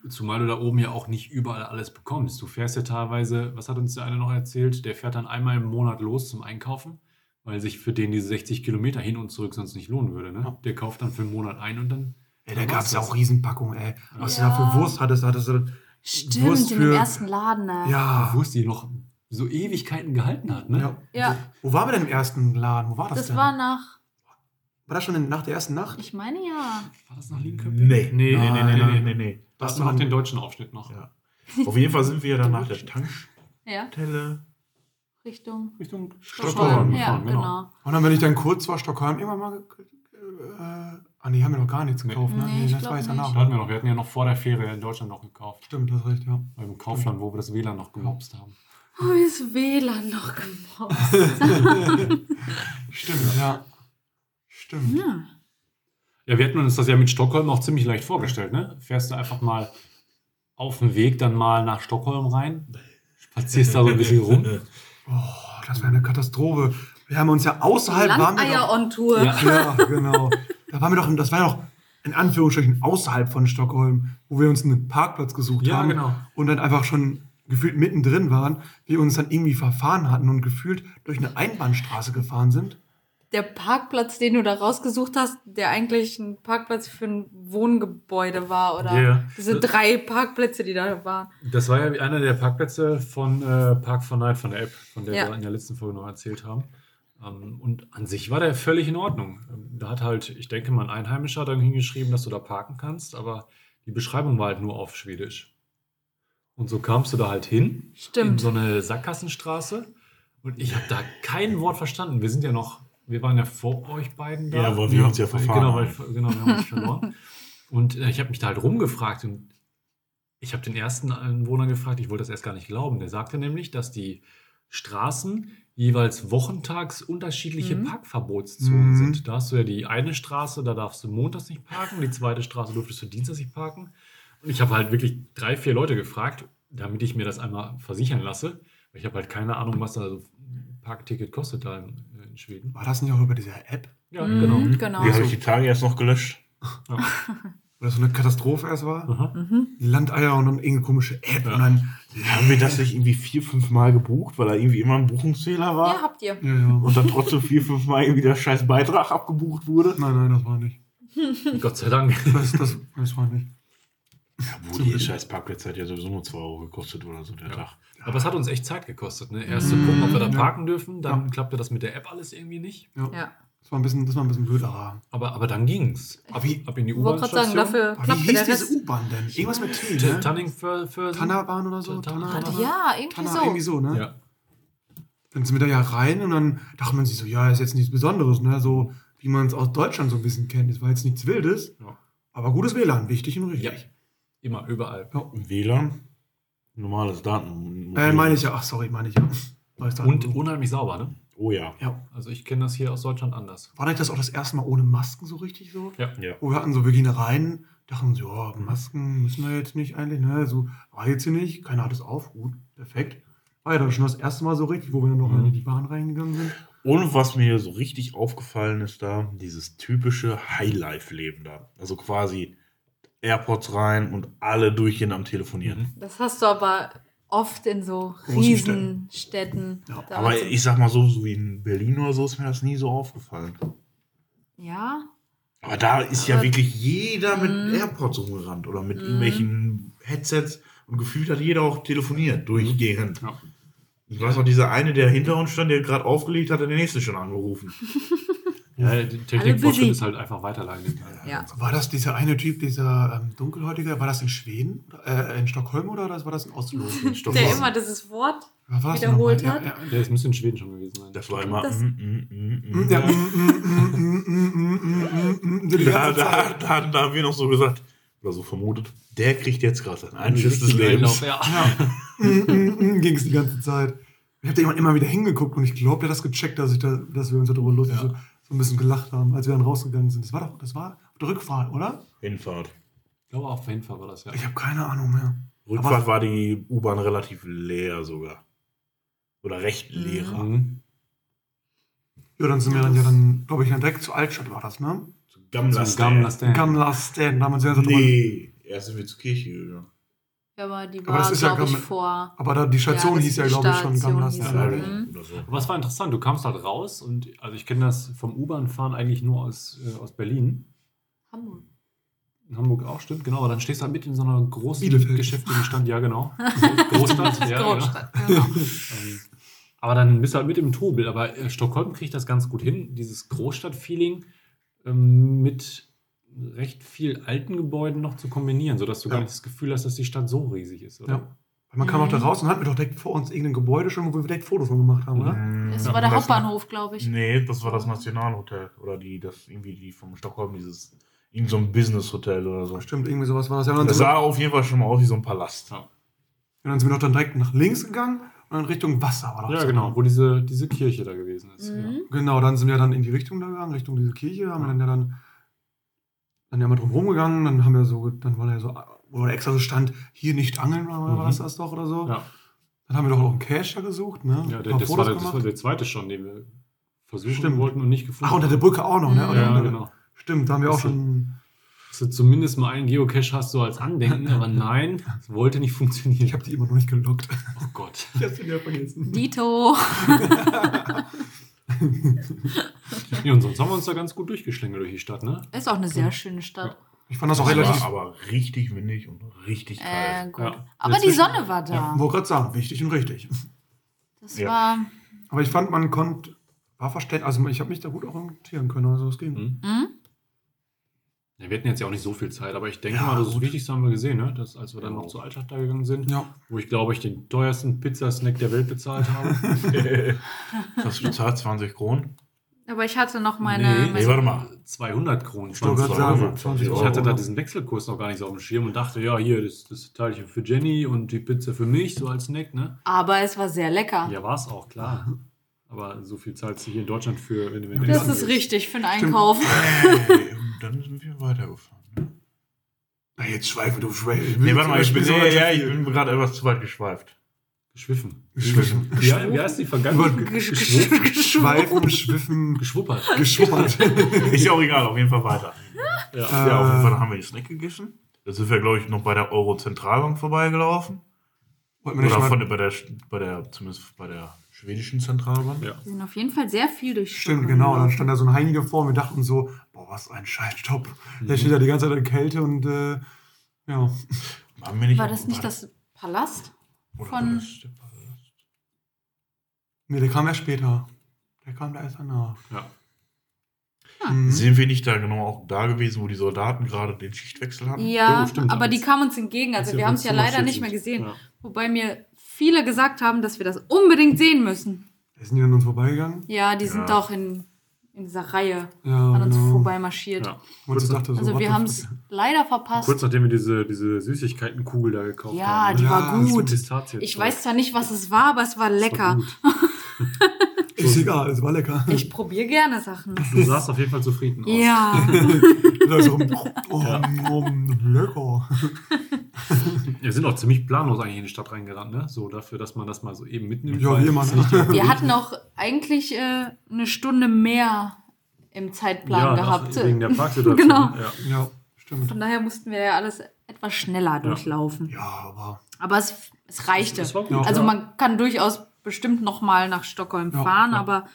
B: Mhm.
A: Zumal du da oben ja auch nicht überall alles bekommst. Du fährst ja teilweise, was hat uns der eine noch erzählt? Der fährt dann einmal im Monat los zum Einkaufen, weil sich für den diese 60 Kilometer hin und zurück sonst nicht lohnen würde. Ne?
C: Ja.
A: Der kauft dann für einen Monat ein und dann.
C: Ey, da
A: dann
C: gab es
A: war's
C: ja
A: das.
C: auch Riesenpackungen, ey. Was
B: Ja.
C: du da für Wurst hattest, hattest du.
B: Stimmt,
C: Wurst
B: in dem
C: für-
B: ersten Laden. Ne?
C: Ja.
A: Wurst, die noch so Ewigkeiten gehalten hat. Ne?
C: ja.
B: Ja.
C: Wo waren wir denn im ersten Laden? Wo war das,
B: Das
C: denn?
B: war nach,
C: war das schon in, nach der ersten Nacht?
B: ich meine ja.
A: War das nach Lienköping?
D: Nee, nee, nee, nee, nee,
C: Nein.
D: nee, nee.
A: Das
C: war
A: macht
C: ein-
A: den deutschen Aufschnitt noch.
D: Ja. Auf jeden Fall sind wir dann nach der Tankstelle
B: Ja, Richtung
A: Richtung
C: Stockholm.
B: Ja, genau.
C: Und dann bin ich dann kurz vor Stockholm immer mal. ge- Äh, ah, nee, haben wir noch gar nichts gekauft, ne?
B: Nee, ich
C: das
B: glaub
C: war jetzt danach.
A: Da hatten wir noch, wir hatten ja noch vor der Fähre in Deutschland noch gekauft.
C: Stimmt, das ist recht, ja.
A: Beim Kaufland, wo wir das WLAN noch gemobst haben.
B: Oh, wie ist WLAN noch gemobbt?
C: Stimmt, ja. Stimmt.
B: Ja.
A: Ja, wir hatten uns das ja mit Stockholm auch ziemlich leicht vorgestellt, ne? Fährst du einfach mal auf dem Weg dann mal nach Stockholm rein, spazierst da so ein bisschen rum.
C: Oh, das wäre eine Katastrophe. Wir haben uns ja außerhalb. Waren wir
B: Landeier
C: doch,
B: on Tour.
A: Ja.
C: ja, genau. Da waren wir doch, das war ja noch in Anführungsstrichen außerhalb von Stockholm, wo wir uns einen Parkplatz gesucht
A: Ja,
C: haben
A: genau.
C: und dann einfach schon gefühlt mittendrin waren, wir uns dann irgendwie verfahren hatten und gefühlt durch eine Einbahnstraße gefahren sind.
B: Der Parkplatz, den du da rausgesucht hast, der eigentlich ein Parkplatz für ein Wohngebäude war oder
A: Ja.
B: diese drei Parkplätze, die da waren.
A: Das war ja einer der Parkplätze von äh, Park for Night von der App, von der
B: Ja.
A: wir in der letzten Folge noch erzählt haben. Ähm, und an sich war der völlig in Ordnung. Ähm, Da hat halt, ich denke mal, ein Einheimischer dann hingeschrieben, dass du da parken kannst, aber die Beschreibung war halt nur auf Schwedisch. Und so kamst du da halt hin. in
B: Stimmt.
A: so eine Sackgassenstraße und ich habe da kein Wort verstanden. Wir sind ja noch, wir waren ja vor euch beiden da.
D: Ja, weil wir uns ja
A: weil-
D: verfahren
A: Genau, weil,
D: haben.
A: genau wir haben uns verloren. Und äh, ich habe mich da halt rumgefragt und ich habe den ersten Anwohner gefragt, ich wollte das erst gar nicht glauben. Der sagte nämlich, dass die Straßen jeweils wochentags unterschiedliche
B: Mhm.
A: Parkverbotszonen
C: Mhm.
A: sind. Da hast du ja die eine Straße, da darfst du montags nicht parken, die zweite Straße durftest du dienstags nicht parken. Und ich habe halt wirklich drei, vier Leute gefragt, damit ich mir das einmal versichern lasse. Ich habe halt keine Ahnung, was da so ein Parkticket kostet da in, in Schweden.
C: War das nicht auch über diese App?
A: Ja,
B: Mhm,
A: genau.
B: genau.
D: Die habe ich die Tage erst noch gelöscht.
C: Wo das so eine Katastrophe erst war?
A: Aha.
B: Mhm.
C: Die Landeier und dann irgendeine komische App
A: Ja.
C: und dann.
D: Haben wir das nicht irgendwie vier, fünf Mal gebucht, weil da irgendwie immer ein Buchungsfehler war?
B: Ja, habt ihr.
C: Ja, ja.
D: Und dann trotzdem vier, fünf Mal irgendwie der scheiß Beitrag abgebucht wurde?
C: Nein, nein, das war nicht.
A: Gott sei Dank.
C: Das, das, das war nicht.
D: Ja, wo die scheiß Parkplätze hat ja sowieso nur zwei Euro gekostet oder so der
A: Ja.
D: Tag.
A: Aber es hat uns echt Zeit gekostet. Ne? Erst zu gucken, ob wir da
C: Ja.
A: parken dürfen, dann
C: Ja.
A: klappte das mit der App alles irgendwie nicht.
B: Ja.
C: Das war ein bisschen, das war ein bisschen blöd. Aber
A: Aber, aber dann ging's. Ab,
C: Wie-
A: ab in die
B: Ich wollte gerade sagen,
A: U-Bahn-Station.
B: dafür
C: aber wie
B: klappte
C: hieß
B: der
C: diese
B: Rest.
C: U-Bahn denn? Irgendwas mit T,
A: T-
C: ne?
A: Tanning für, für
C: Tannerbahn oder so?
A: Tanner-
C: Tanner-
B: Ja, irgendwie
C: Tanner,
B: so.
C: irgendwie so, ne?
A: Ja.
C: Dann sind wir da ja rein und dann dachte man sich so, ja, ist jetzt nichts Besonderes, ne? So wie man es aus Deutschland so ein bisschen kennt. Es war jetzt nichts Wildes,
A: Ja.
C: aber gutes WLAN, wichtig und
A: ja.
C: richtig.
A: Immer, überall.
D: WLAN? Normales Daten.
C: Äh, meine ich ja, ach sorry, meine ich ja. Neues
A: Und
C: Datenvolumen.
A: unheimlich sauber, ne?
D: Oh ja.
C: ja.
A: Also ich kenne das hier aus Deutschland anders.
C: War nicht das auch das erste Mal ohne Masken so richtig so?
A: Ja.
D: Ja.
C: Wo wir hatten so, wir gehen da rein, dachten uns, ja, Masken müssen wir jetzt nicht eigentlich, ne? So, war jetzt hier nicht, keiner hat es auf, gut, perfekt. War ja dann schon das erste Mal so richtig, wo wir dann noch
A: Mhm.
C: in die Bahn reingegangen sind.
D: Und was mir so richtig aufgefallen ist da, dieses typische Highlife-Leben da. Also quasi AirPods rein und alle durchgehend am Telefonieren.
B: Das hast du aber oft in so
C: Großen
B: Riesenstädten.
C: Ja,
B: Da
D: Aber
B: warst du-
D: ich sag mal so, so wie in Berlin oder so ist mir das nie so aufgefallen.
B: ja,
D: Aber da ist ja
B: Aber-
D: wirklich jeder mit
B: Mhm.
D: AirPods rumgerannt oder mit
B: Mhm.
D: irgendwelchen Headsets und gefühlt hat jeder auch telefoniert, durchgehend.
A: Ja.
D: Ich weiß noch, dieser eine, der hinter uns stand, der gerade aufgelegt hat, hat den nächsten schon angerufen.
A: Ja, die
B: busy.
A: Technikfortschritt ist halt einfach weiterleiten.
B: ja.
C: War das dieser eine Typ, dieser ähm, Dunkelhäutige, war das in Schweden? Oder, Äh, in Stockholm oder das war das in Oslo?
D: In Stockholm.
B: Der immer dieses Wort.
C: Was war das denn
B: Wiederholt
C: nochmal?
B: hat?
A: Ja, das müsste in Schweden schon gewesen sein.
D: Das war immer.
B: Das-
D: mm, mm, mm, mm.
C: Ja, ja. Mm, mm, mm, mm, mm, mm, mm, mm, mm, die
D: Da,
C: ganze
D: da,
C: Zeit.
D: da, da haben wir noch so gesagt, oder so vermutet, der kriegt jetzt gerade seinen Einschiss des
A: Richtig
D: Lebens.
A: Einlauf, ja.
C: Ging es die ganze Zeit. Ich habe da jemand immer wieder hingeguckt und ich glaube, der hat das gecheckt, dass, ich da, dass wir uns darüber lustig
A: Ja.
C: so, so ein bisschen gelacht haben, als wir dann rausgegangen sind. Das war doch, das war auf der Rückfahrt, oder?
D: Hinfahrt.
A: Ich glaube, auf jeden Fall war das ja.
C: Ich habe keine Ahnung mehr.
D: Rückfahrt war die U-Bahn relativ leer sogar. Oder recht leer.
A: Mhm.
C: Ja, dann sind wir dann ja dann, glaube ich, dann direkt zur Altstadt war das, ne?
D: Zu
A: Zum
D: Gamla
A: Gamla
D: Stand.
A: Stand.
C: Gamla Stan, da haben wir uns ja so drüber.
D: Nee, erst sind wir zur Kirche gegangen.
B: Ja, aber die
C: Aber
B: war,
C: das ist ja
B: glaube ich,
C: Gamm-
B: vor.
C: Aber da, die Station
B: das
C: hieß
B: ist
C: ja,
B: die
C: glaube ich, schon
B: Station
C: Gamla
B: hieß
C: Stan.
B: Ja,
D: Ja,
B: sie.
C: oder?
B: mhm.
D: oder so.
A: Aber es war interessant, du kamst halt raus und also ich kenne das vom U-Bahn-Fahren eigentlich nur aus, äh, aus Berlin.
B: Hamburg.
A: In Hamburg auch, stimmt, genau. Aber dann stehst du halt mit in so einer großen
C: Bielefeld.
A: geschäftigen Stadt, ja, genau. Großstadt, ja, ja.
B: Großstadt. Genau.
A: Ähm, aber dann bist du halt mit im Trubel. Aber äh, Stockholm kriegt das ganz gut hin, dieses Großstadt-Feeling ähm, mit recht viel alten Gebäuden noch zu kombinieren, sodass du
C: Ja.
A: gar nicht das Gefühl hast, dass die Stadt so riesig ist, oder?
C: Ja. Weil Man kam auch da
B: Mhm.
C: raus und hatten wir doch direkt vor uns irgendein Gebäude schon, wo wir direkt Fotos von gemacht haben, oder?
D: Mhm.
B: Das
D: Ja,
B: war der
D: das-
B: Hauptbahnhof, glaube ich.
D: Nee, das war das Nationalhotel. Oder die, das irgendwie die vom Stockholm, dieses, irgend so ein Business-Hotel oder so.
C: Stimmt, irgendwie sowas war das. Ja, und dann,
D: Das
C: sind wir,
D: sah auf jeden Fall schon mal aus wie so ein Palast.
C: und dann sind wir doch dann direkt nach links gegangen und dann Richtung Wasser war das.
A: Ja, genau, wo diese, diese Kirche da gewesen ist. Ja.
B: Mhm.
C: Genau, dann sind wir dann in die Richtung da gegangen, Richtung diese Kirche, haben wir dann ja dann, dann ja mal drum rumgegangen, dann haben wir so, dann war da ja so, wo da extra so stand, hier nicht angeln, oder
A: Mhm.
C: war das das doch oder so.
A: Ja.
C: Dann haben wir doch auch einen Cash da gesucht, ne?
A: Ja,
C: Ein
A: der,
C: paar
A: das, war
C: Fotos
A: der, das
C: gemacht.
A: war der zweite schon, den wir versuchen
C: Stimmt.
A: wollten und nicht gefunden
C: Ach, unter der Brücke auch noch, ne?
B: Mhm.
C: Oder
A: Ja,
C: unter-
A: genau.
C: Stimmt, da haben wir auch
A: Das ist-
C: schon.
A: Dass du zumindest mal einen Geocache hast, so als Andenken, aber nein, es wollte nicht funktionieren.
C: Ich habe die immer noch nicht gelockt.
A: oh Gott.
C: Ich hab sie wieder vergessen.
B: Dito.
A: Nee, und sonst haben wir uns da ganz gut durchgeschlängelt durch die Stadt, ne?
B: Ist auch eine sehr schöne Stadt.
C: Ich fand das auch
D: Das
C: relativ.
D: war aber richtig windig und richtig kalt.
B: Äh, gut.
A: Ja.
B: Aber die
A: Dazwischen-
B: Sonne war da.
C: Wollte gerade sagen, wichtig und richtig.
B: Das
D: Ja.
B: war.
C: Aber ich fand, man konnte. War verständlich. Also, ich habe mich da gut orientieren können. Also, es ging.
A: Mhm.
B: Hm?
A: Ja, wir hatten jetzt ja auch nicht so viel Zeit, aber ich denke
C: Ja,
A: mal, das
C: gut.
A: Wichtigste haben wir gesehen, ne? Dass, als wir dann noch
D: Ja.
A: zur Altstadt da gegangen sind,
C: Ja.
A: wo ich glaube ich den teuersten Pizzasnack der Welt bezahlt habe.
D: Hast du bezahlt 20 Kronen?
B: Aber ich hatte noch meine.
A: Nee.
D: Nee,
B: meine
D: warte mal.
A: 200 Kronen.
C: wollte gerade sagen,
D: 20
A: Ich
D: Euro.
A: hatte da diesen Wechselkurs noch gar nicht so auf dem Schirm und dachte, ja, hier, das, das Teilchen für Jenny und die Pizza für mich, so als Snack, ne?
B: aber es war sehr lecker.
A: Ja, war es auch, klar. Aber so viel zahlst du hier in Deutschland für, wenn du wenn du
B: Das
A: essen
B: ist
A: gehst.
B: richtig für einen
C: Stimmt.
B: Einkauf. äh,
D: Ey, und dann sind wir weitergefahren. Ne?
C: Na, jetzt schweife, du schweife.
D: Nee, warte mal, ich bin,
C: so
D: nee, ja, ich bin gerade etwas zu weit geschweift.
A: Geschwiffen.
C: Geschwiffen.
A: Ja, wie heißt die Vergangenheit? Geschwuppert.
C: Schweifen, schwiffen,
A: Geschwuppert.
C: geschuppert.
D: Ist ja auch egal, auf jeden Fall weiter.
A: Ja.
D: Ja, auf jeden Fall
C: Äh,
D: haben wir den Snack gegessen. Da sind wir, glaube ich, noch bei der Euro-Zentralbank vorbeigelaufen.
C: wollten wir nicht
D: Oder
C: mal-
D: von der, bei der, bei der, zumindest bei der schwedischen Zentralbank.
A: Ja.
B: Wir sind auf jeden Fall sehr viel durch
C: Stimmt,
B: Stockholm
C: genau. Dann
B: gelaufen.
C: stand da so ein Heinige vor und wir dachten so, boah, was ein Scheißstopp. Der steht da die ganze Zeit in Kälte und äh, ja.
D: Haben wir nicht
B: War das nicht das Palast?
D: oder
B: von-
D: war das der Palast?
C: Nee, der kam erst später. Der kam da erst danach.
A: Ja.
B: Ah.
C: Mhm.
D: Sind wir nicht da genau auch da gewesen, wo die Soldaten gerade den Schichtwechsel hatten?
B: Ja,
A: Jo, stimmt,
B: aber die
A: alles.
B: kamen uns entgegen. Also wir haben es ja leider nicht mehr gesehen.
A: Ja.
B: Wobei mir viele gesagt haben, dass wir das unbedingt sehen müssen.
C: Da sind die an uns vorbeigegangen.
B: Ja, die sind
D: Ja.
B: doch in, in dieser Reihe
C: Ja,
B: an uns
C: genau.
B: vorbeimarschiert.
A: Oh Ja.
C: Und ich dachte so,
B: Also
C: what the
B: wir
C: fuck.
B: haben es leider verpasst.
A: Kurz nachdem wir diese, diese Süßigkeitenkugel da gekauft
B: Ja,
A: haben.
B: die
A: ne?
C: war
A: Das
B: gut.
A: Pistazien-
B: Ich weiß zwar nicht, was es war, aber es war
A: Das war
B: lecker.
A: gut.
C: Ist egal, es war lecker.
B: Ich probiere gerne Sachen.
A: Du sahst auf jeden Fall zufrieden aus.
B: Ja.
C: Da so, oh, mm, lecker.
A: Wir sind auch ziemlich planlos eigentlich in die Stadt reingerannt, ne? So dafür, dass man das mal so eben mitnimmt.
C: Ja,
A: weil
C: wir
A: das
C: machen
A: ist nicht-
B: Wir hatten auch eigentlich äh, eine Stunde mehr im Zeitplan
A: Ja,
B: gehabt.
A: Wegen der Parksituation.
B: Genau.
A: Ja.
C: Ja, stimmt.
B: Von daher mussten wir ja alles etwas schneller durchlaufen.
C: Ja, aber
B: Aber es, es reichte.
A: Das war gut.
C: Ja.
B: also man kann durchaus bestimmt noch mal nach Stockholm
C: Ja,
B: fahren,
A: ja.
B: aber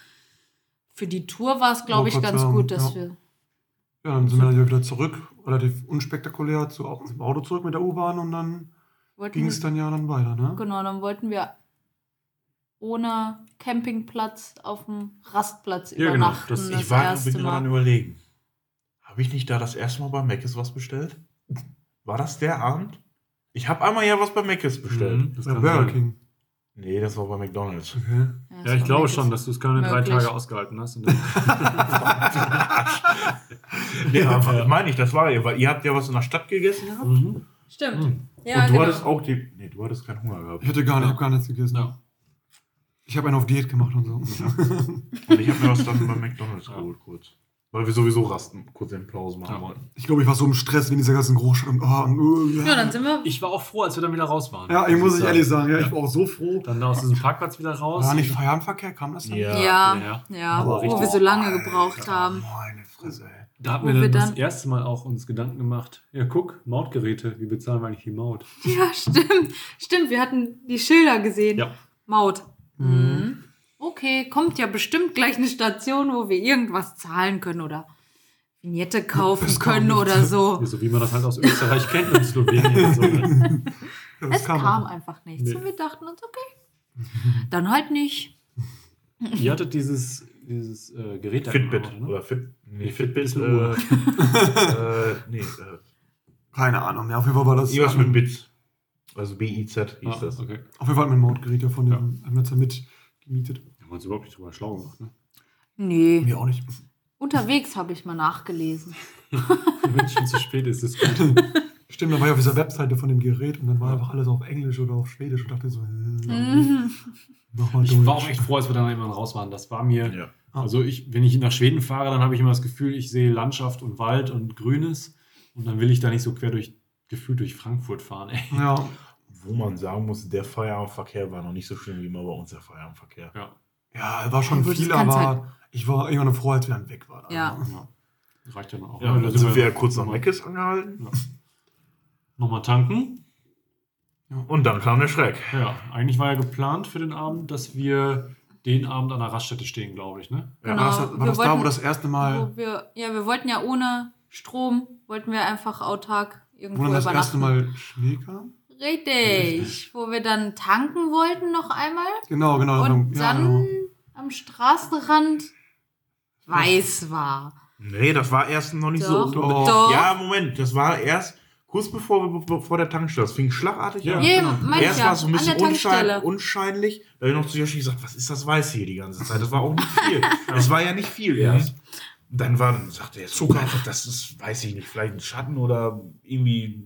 B: für die Tour war es, glaube ich,
C: Wollte
B: ganz
C: gerade
B: gut,
C: sagen,
B: dass
C: ja.
B: wir...
C: ja, dann sind wir dann ja wieder zurück. Relativ unspektakulär zu, zum Auto zurück mit der U-Bahn und dann
B: Wollten,
C: ging es dann ja dann weiter, ne?
B: Genau, dann wollten wir ohne Campingplatz auf dem Rastplatz
A: Ja, genau.
B: übernachten.
A: Das-
B: das
D: ich war
B: erste
D: bin gerade
B: Mal.
D: am überlegen. Habe ich nicht da das erste Mal bei Meckes was bestellt? War das der Abend? Ich habe einmal ja was bei Meckes bestellt.
A: Mhm, das
C: Ja,
A: kann
C: Burger
A: sein.
C: King.
D: Nee, das war bei McDonalds.
C: Okay.
A: Ja, ich
B: war
A: glaube
B: wirklich-
A: schon, dass du es keine drei
B: Möglich.
A: Tage ausgehalten hast. Und dann,
D: Nee, aber meine ich, das war ihr, weil ihr habt ja was in der Stadt gegessen gehabt.
A: mhm.
B: Stimmt.
A: Mhm.
B: Ja,
D: und du
B: genau.
D: hattest auch die. Nee, du hattest keinen Hunger gehabt.
C: Ich hatte gar, nicht, hab gar nichts gegessen.
A: Ja.
C: Ich habe einen auf Diät gemacht und so.
D: Und ich habe mir was dann bei McDonalds
A: Ja.
D: geholt, kurz. Weil wir sowieso rasten, kurz den Pause machen
A: Ja.
D: wollten.
C: Ich glaube, ich war so im Stress wegen dieser ganzen Großstadt. Und, ah, und, uh, ja.
B: Ja, dann sind wir
A: Ich war auch froh, als wir dann wieder raus waren.
C: ja, ich muss ich ehrlich sagen, ja, ich war auch so froh.
A: Dann da aus diesem Parkplatz wieder raus.
C: War nicht Feierabendverkehr, kam das dann?
D: Ja.
B: Ja,
A: Ja.
B: ja,
A: Aber
B: wo
A: richtig-
B: wir so lange gebraucht haben.
C: Meine Fresse, ey.
A: Da haben
B: Wo
A: wir dann,
B: wir
A: das
B: dann-
A: erste Mal auch uns Gedanken gemacht. Ja, guck, Mautgeräte, wie bezahlen wir eigentlich die Maut?
B: Ja, stimmt. Stimmt, wir hatten die Schilder gesehen.
A: Ja.
B: Maut.
C: Mhm.
B: Okay, kommt ja bestimmt gleich eine Station, wo wir irgendwas zahlen können oder Vignette kaufen
C: Das kam
B: können
C: nicht.
B: oder so.
A: So wie man das halt aus Österreich kennt und Slowenien. und so, ne?
C: Ja, das
B: Es kam einfach nichts.
A: Nee.
B: Und wir dachten uns, okay, dann halt nicht.
A: Ihr hattet dieses, dieses äh, Gerät da
D: Fitbit
A: gebaut, ne?
D: oder Fit, nee,
A: Nee,
D: Fitbit
A: ist
D: ist
A: eine Uhr.
D: äh, äh, nee, äh,
C: Keine Ahnung. Ja, auf jeden Fall war das. ähm,
D: irgendwas mit Bits. Also B-I-Z hieß
A: Ah,
D: das.
A: okay.
C: Auf jeden Fall hat mein Mautgerät ja von dem Netzer mitgemietet.
A: Da haben wir uns überhaupt nicht drüber schlau gemacht. Ne?
B: Nee.
C: Mir auch nicht.
B: Unterwegs habe ich mal nachgelesen.
A: Wenn es schon zu spät ist, ist es gut.
C: Stimmt, da war ich auf dieser Webseite von dem Gerät und dann war einfach alles auf Englisch oder auf Schwedisch und dachte so, äh,
B: Mhm.
C: nochmal
A: Ich war auch
C: durch.
A: echt froh, als wir dann irgendwann raus waren. Das war mir.
D: Ja.
A: Also, ich, wenn ich nach Schweden fahre, dann habe ich immer das Gefühl, ich sehe Landschaft und Wald und Grünes. Und dann will ich da nicht so quer durch, gefühlt durch Frankfurt fahren. Ey.
C: Ja.
D: Wo man sagen muss, der Feierabendverkehr war noch nicht so schlimm wie immer bei uns der Feierabendverkehr.
C: ja, war schon
B: Ja, gut, das
C: viel,
B: kann's halt
C: aber ich war irgendwann froh, als wir dann weg waren.
B: Ja.
A: Ja. Reicht ja dann auch. Also
D: Ja, und dann sind wir ja kurz nach
A: nochmal-
D: Meckes angehalten.
A: Nochmal tanken.
D: Und dann kam der Schreck.
A: Ja, eigentlich war ja geplant für den Abend, dass wir den Abend an der Raststätte stehen, glaube ich. Ne?
C: Ja, war
B: Genau,
C: das, war
B: wir
C: das da,
B: wollten-
C: wo das erste Mal,
B: Wo wir, ja, wir wollten ja ohne Strom, wollten wir einfach autark
C: wo
B: irgendwo
C: dann das
B: übernachten.
C: erste Mal Schnee kam?
B: Richtig, wo wir dann tanken wollten noch einmal
C: Genau, genau.
B: und
C: ja,
B: dann
C: genau.
B: am Straßenrand weiß war.
D: Nee, das war erst noch nicht
B: Doch,
D: so.
C: doch.
B: doch.
D: Ja, Moment, das war erst kurz bevor wir bevor der Tankstelle. Das fing schlagartig
A: Ja.
D: an.
B: Ja,
A: genau.
B: meine ich
D: Erst war
B: ja,
D: es so ein
B: an
D: bisschen
B: der
D: unschein
B: Tankstelle.
D: unscheinlich. Da habe ich noch zu Joshi gesagt, was ist das Weiß hier die ganze Zeit? Das war auch nicht viel. Es war ja nicht viel erst. Dann war, dann sagte er, Zucker, das ist, weiß ich nicht, vielleicht ein Schatten oder irgendwie,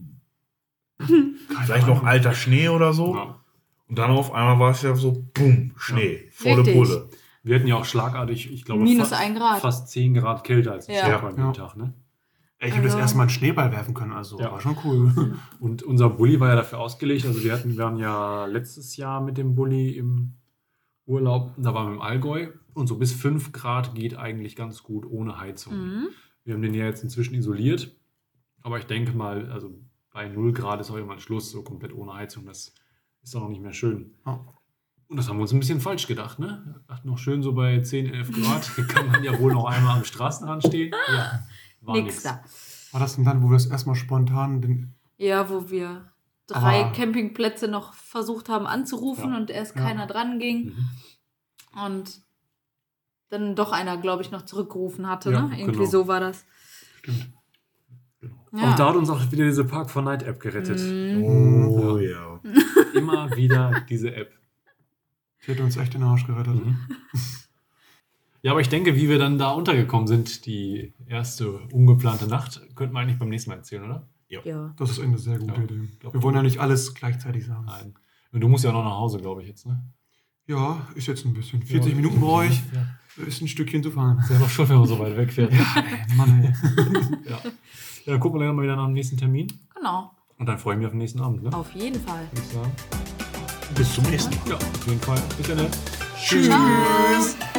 D: vielleicht noch alter Schnee oder so.
A: Ja.
D: Und dann auf einmal war es ja so, bumm, Schnee, volle
B: Richtig.
D: Bulle.
A: Wir hatten ja auch schlagartig, ich glaube,
B: Minus
A: fast,
B: ein Grad.
A: fast 10 Grad kälter als
B: Ja.
A: ja. an dem
C: Ja.
A: Tag. Ne?
C: Ey, Ich habe das
B: Also-
C: erste Mal einen Schneeball werfen können, also
A: Ja.
C: war schon cool.
A: Und unser Bulli war ja dafür ausgelegt. Also wir hatten, wir waren ja letztes Jahr mit dem Bulli im Urlaub, da waren wir im Allgäu und so bis 5 Grad geht eigentlich ganz gut ohne Heizung.
B: Mhm.
A: Wir haben den ja jetzt inzwischen isoliert, aber ich denke mal, also bei 0 Grad ist auch irgendwann Schluss, so komplett ohne Heizung. Das ist auch noch nicht mehr schön.
C: Ja.
A: Und das haben wir uns ein bisschen falsch gedacht, ne? Wir Dachten noch schön so bei 10, 11 Grad, hier kann man ja wohl noch einmal am Straßenrand stehen. Ja, war
B: Nix
A: nix.
B: da.
C: War das denn dann, wo wir das erstmal spontan den.
B: Ja, wo wir drei
C: Aber-
B: Campingplätze noch versucht haben anzurufen
A: Ja.
B: und erst
C: Ja.
B: keiner dran ging
A: Mhm.
B: und dann doch einer, glaube ich, noch zurückgerufen hatte.
A: Ja,
B: ne? Irgendwie
A: genau.
B: so war das. Ja.
A: Auch da hat uns auch wieder diese Park for Night App gerettet.
B: Mhm.
D: Oh ja.
A: Immer wieder diese App. Mhm.
C: Die hat uns echt den Arsch gerettet.
A: Ja, aber ich denke, wie wir dann da untergekommen sind, die erste ungeplante Nacht, könnten wir eigentlich beim nächsten Mal erzählen, oder?
B: Ja.
C: Das ist eine sehr gute
A: Ja.
C: Idee. Wir wollen ja nicht alles gleichzeitig sagen.
A: Nein. Und du musst ja auch noch nach Hause, glaube ich, jetzt, ne?
C: Ja, ist jetzt ein bisschen. 40 Minuten brauche ich, ist ein Stückchen zu fahren.
A: Selber schon, wenn man so weit wegfährt.
C: Ey, Mann, ey.
A: Ja. ja, gucken wir dann mal wieder nach dem nächsten Termin.
B: Genau.
A: Und dann freue ich mich auf den nächsten Abend, ne?
B: Auf jeden Fall.
A: Würde ich sagen.
D: Bis zum nächsten Mal.
A: Ja, auf jeden Fall. Bis dann.
B: Tschüss.
C: Tschüss.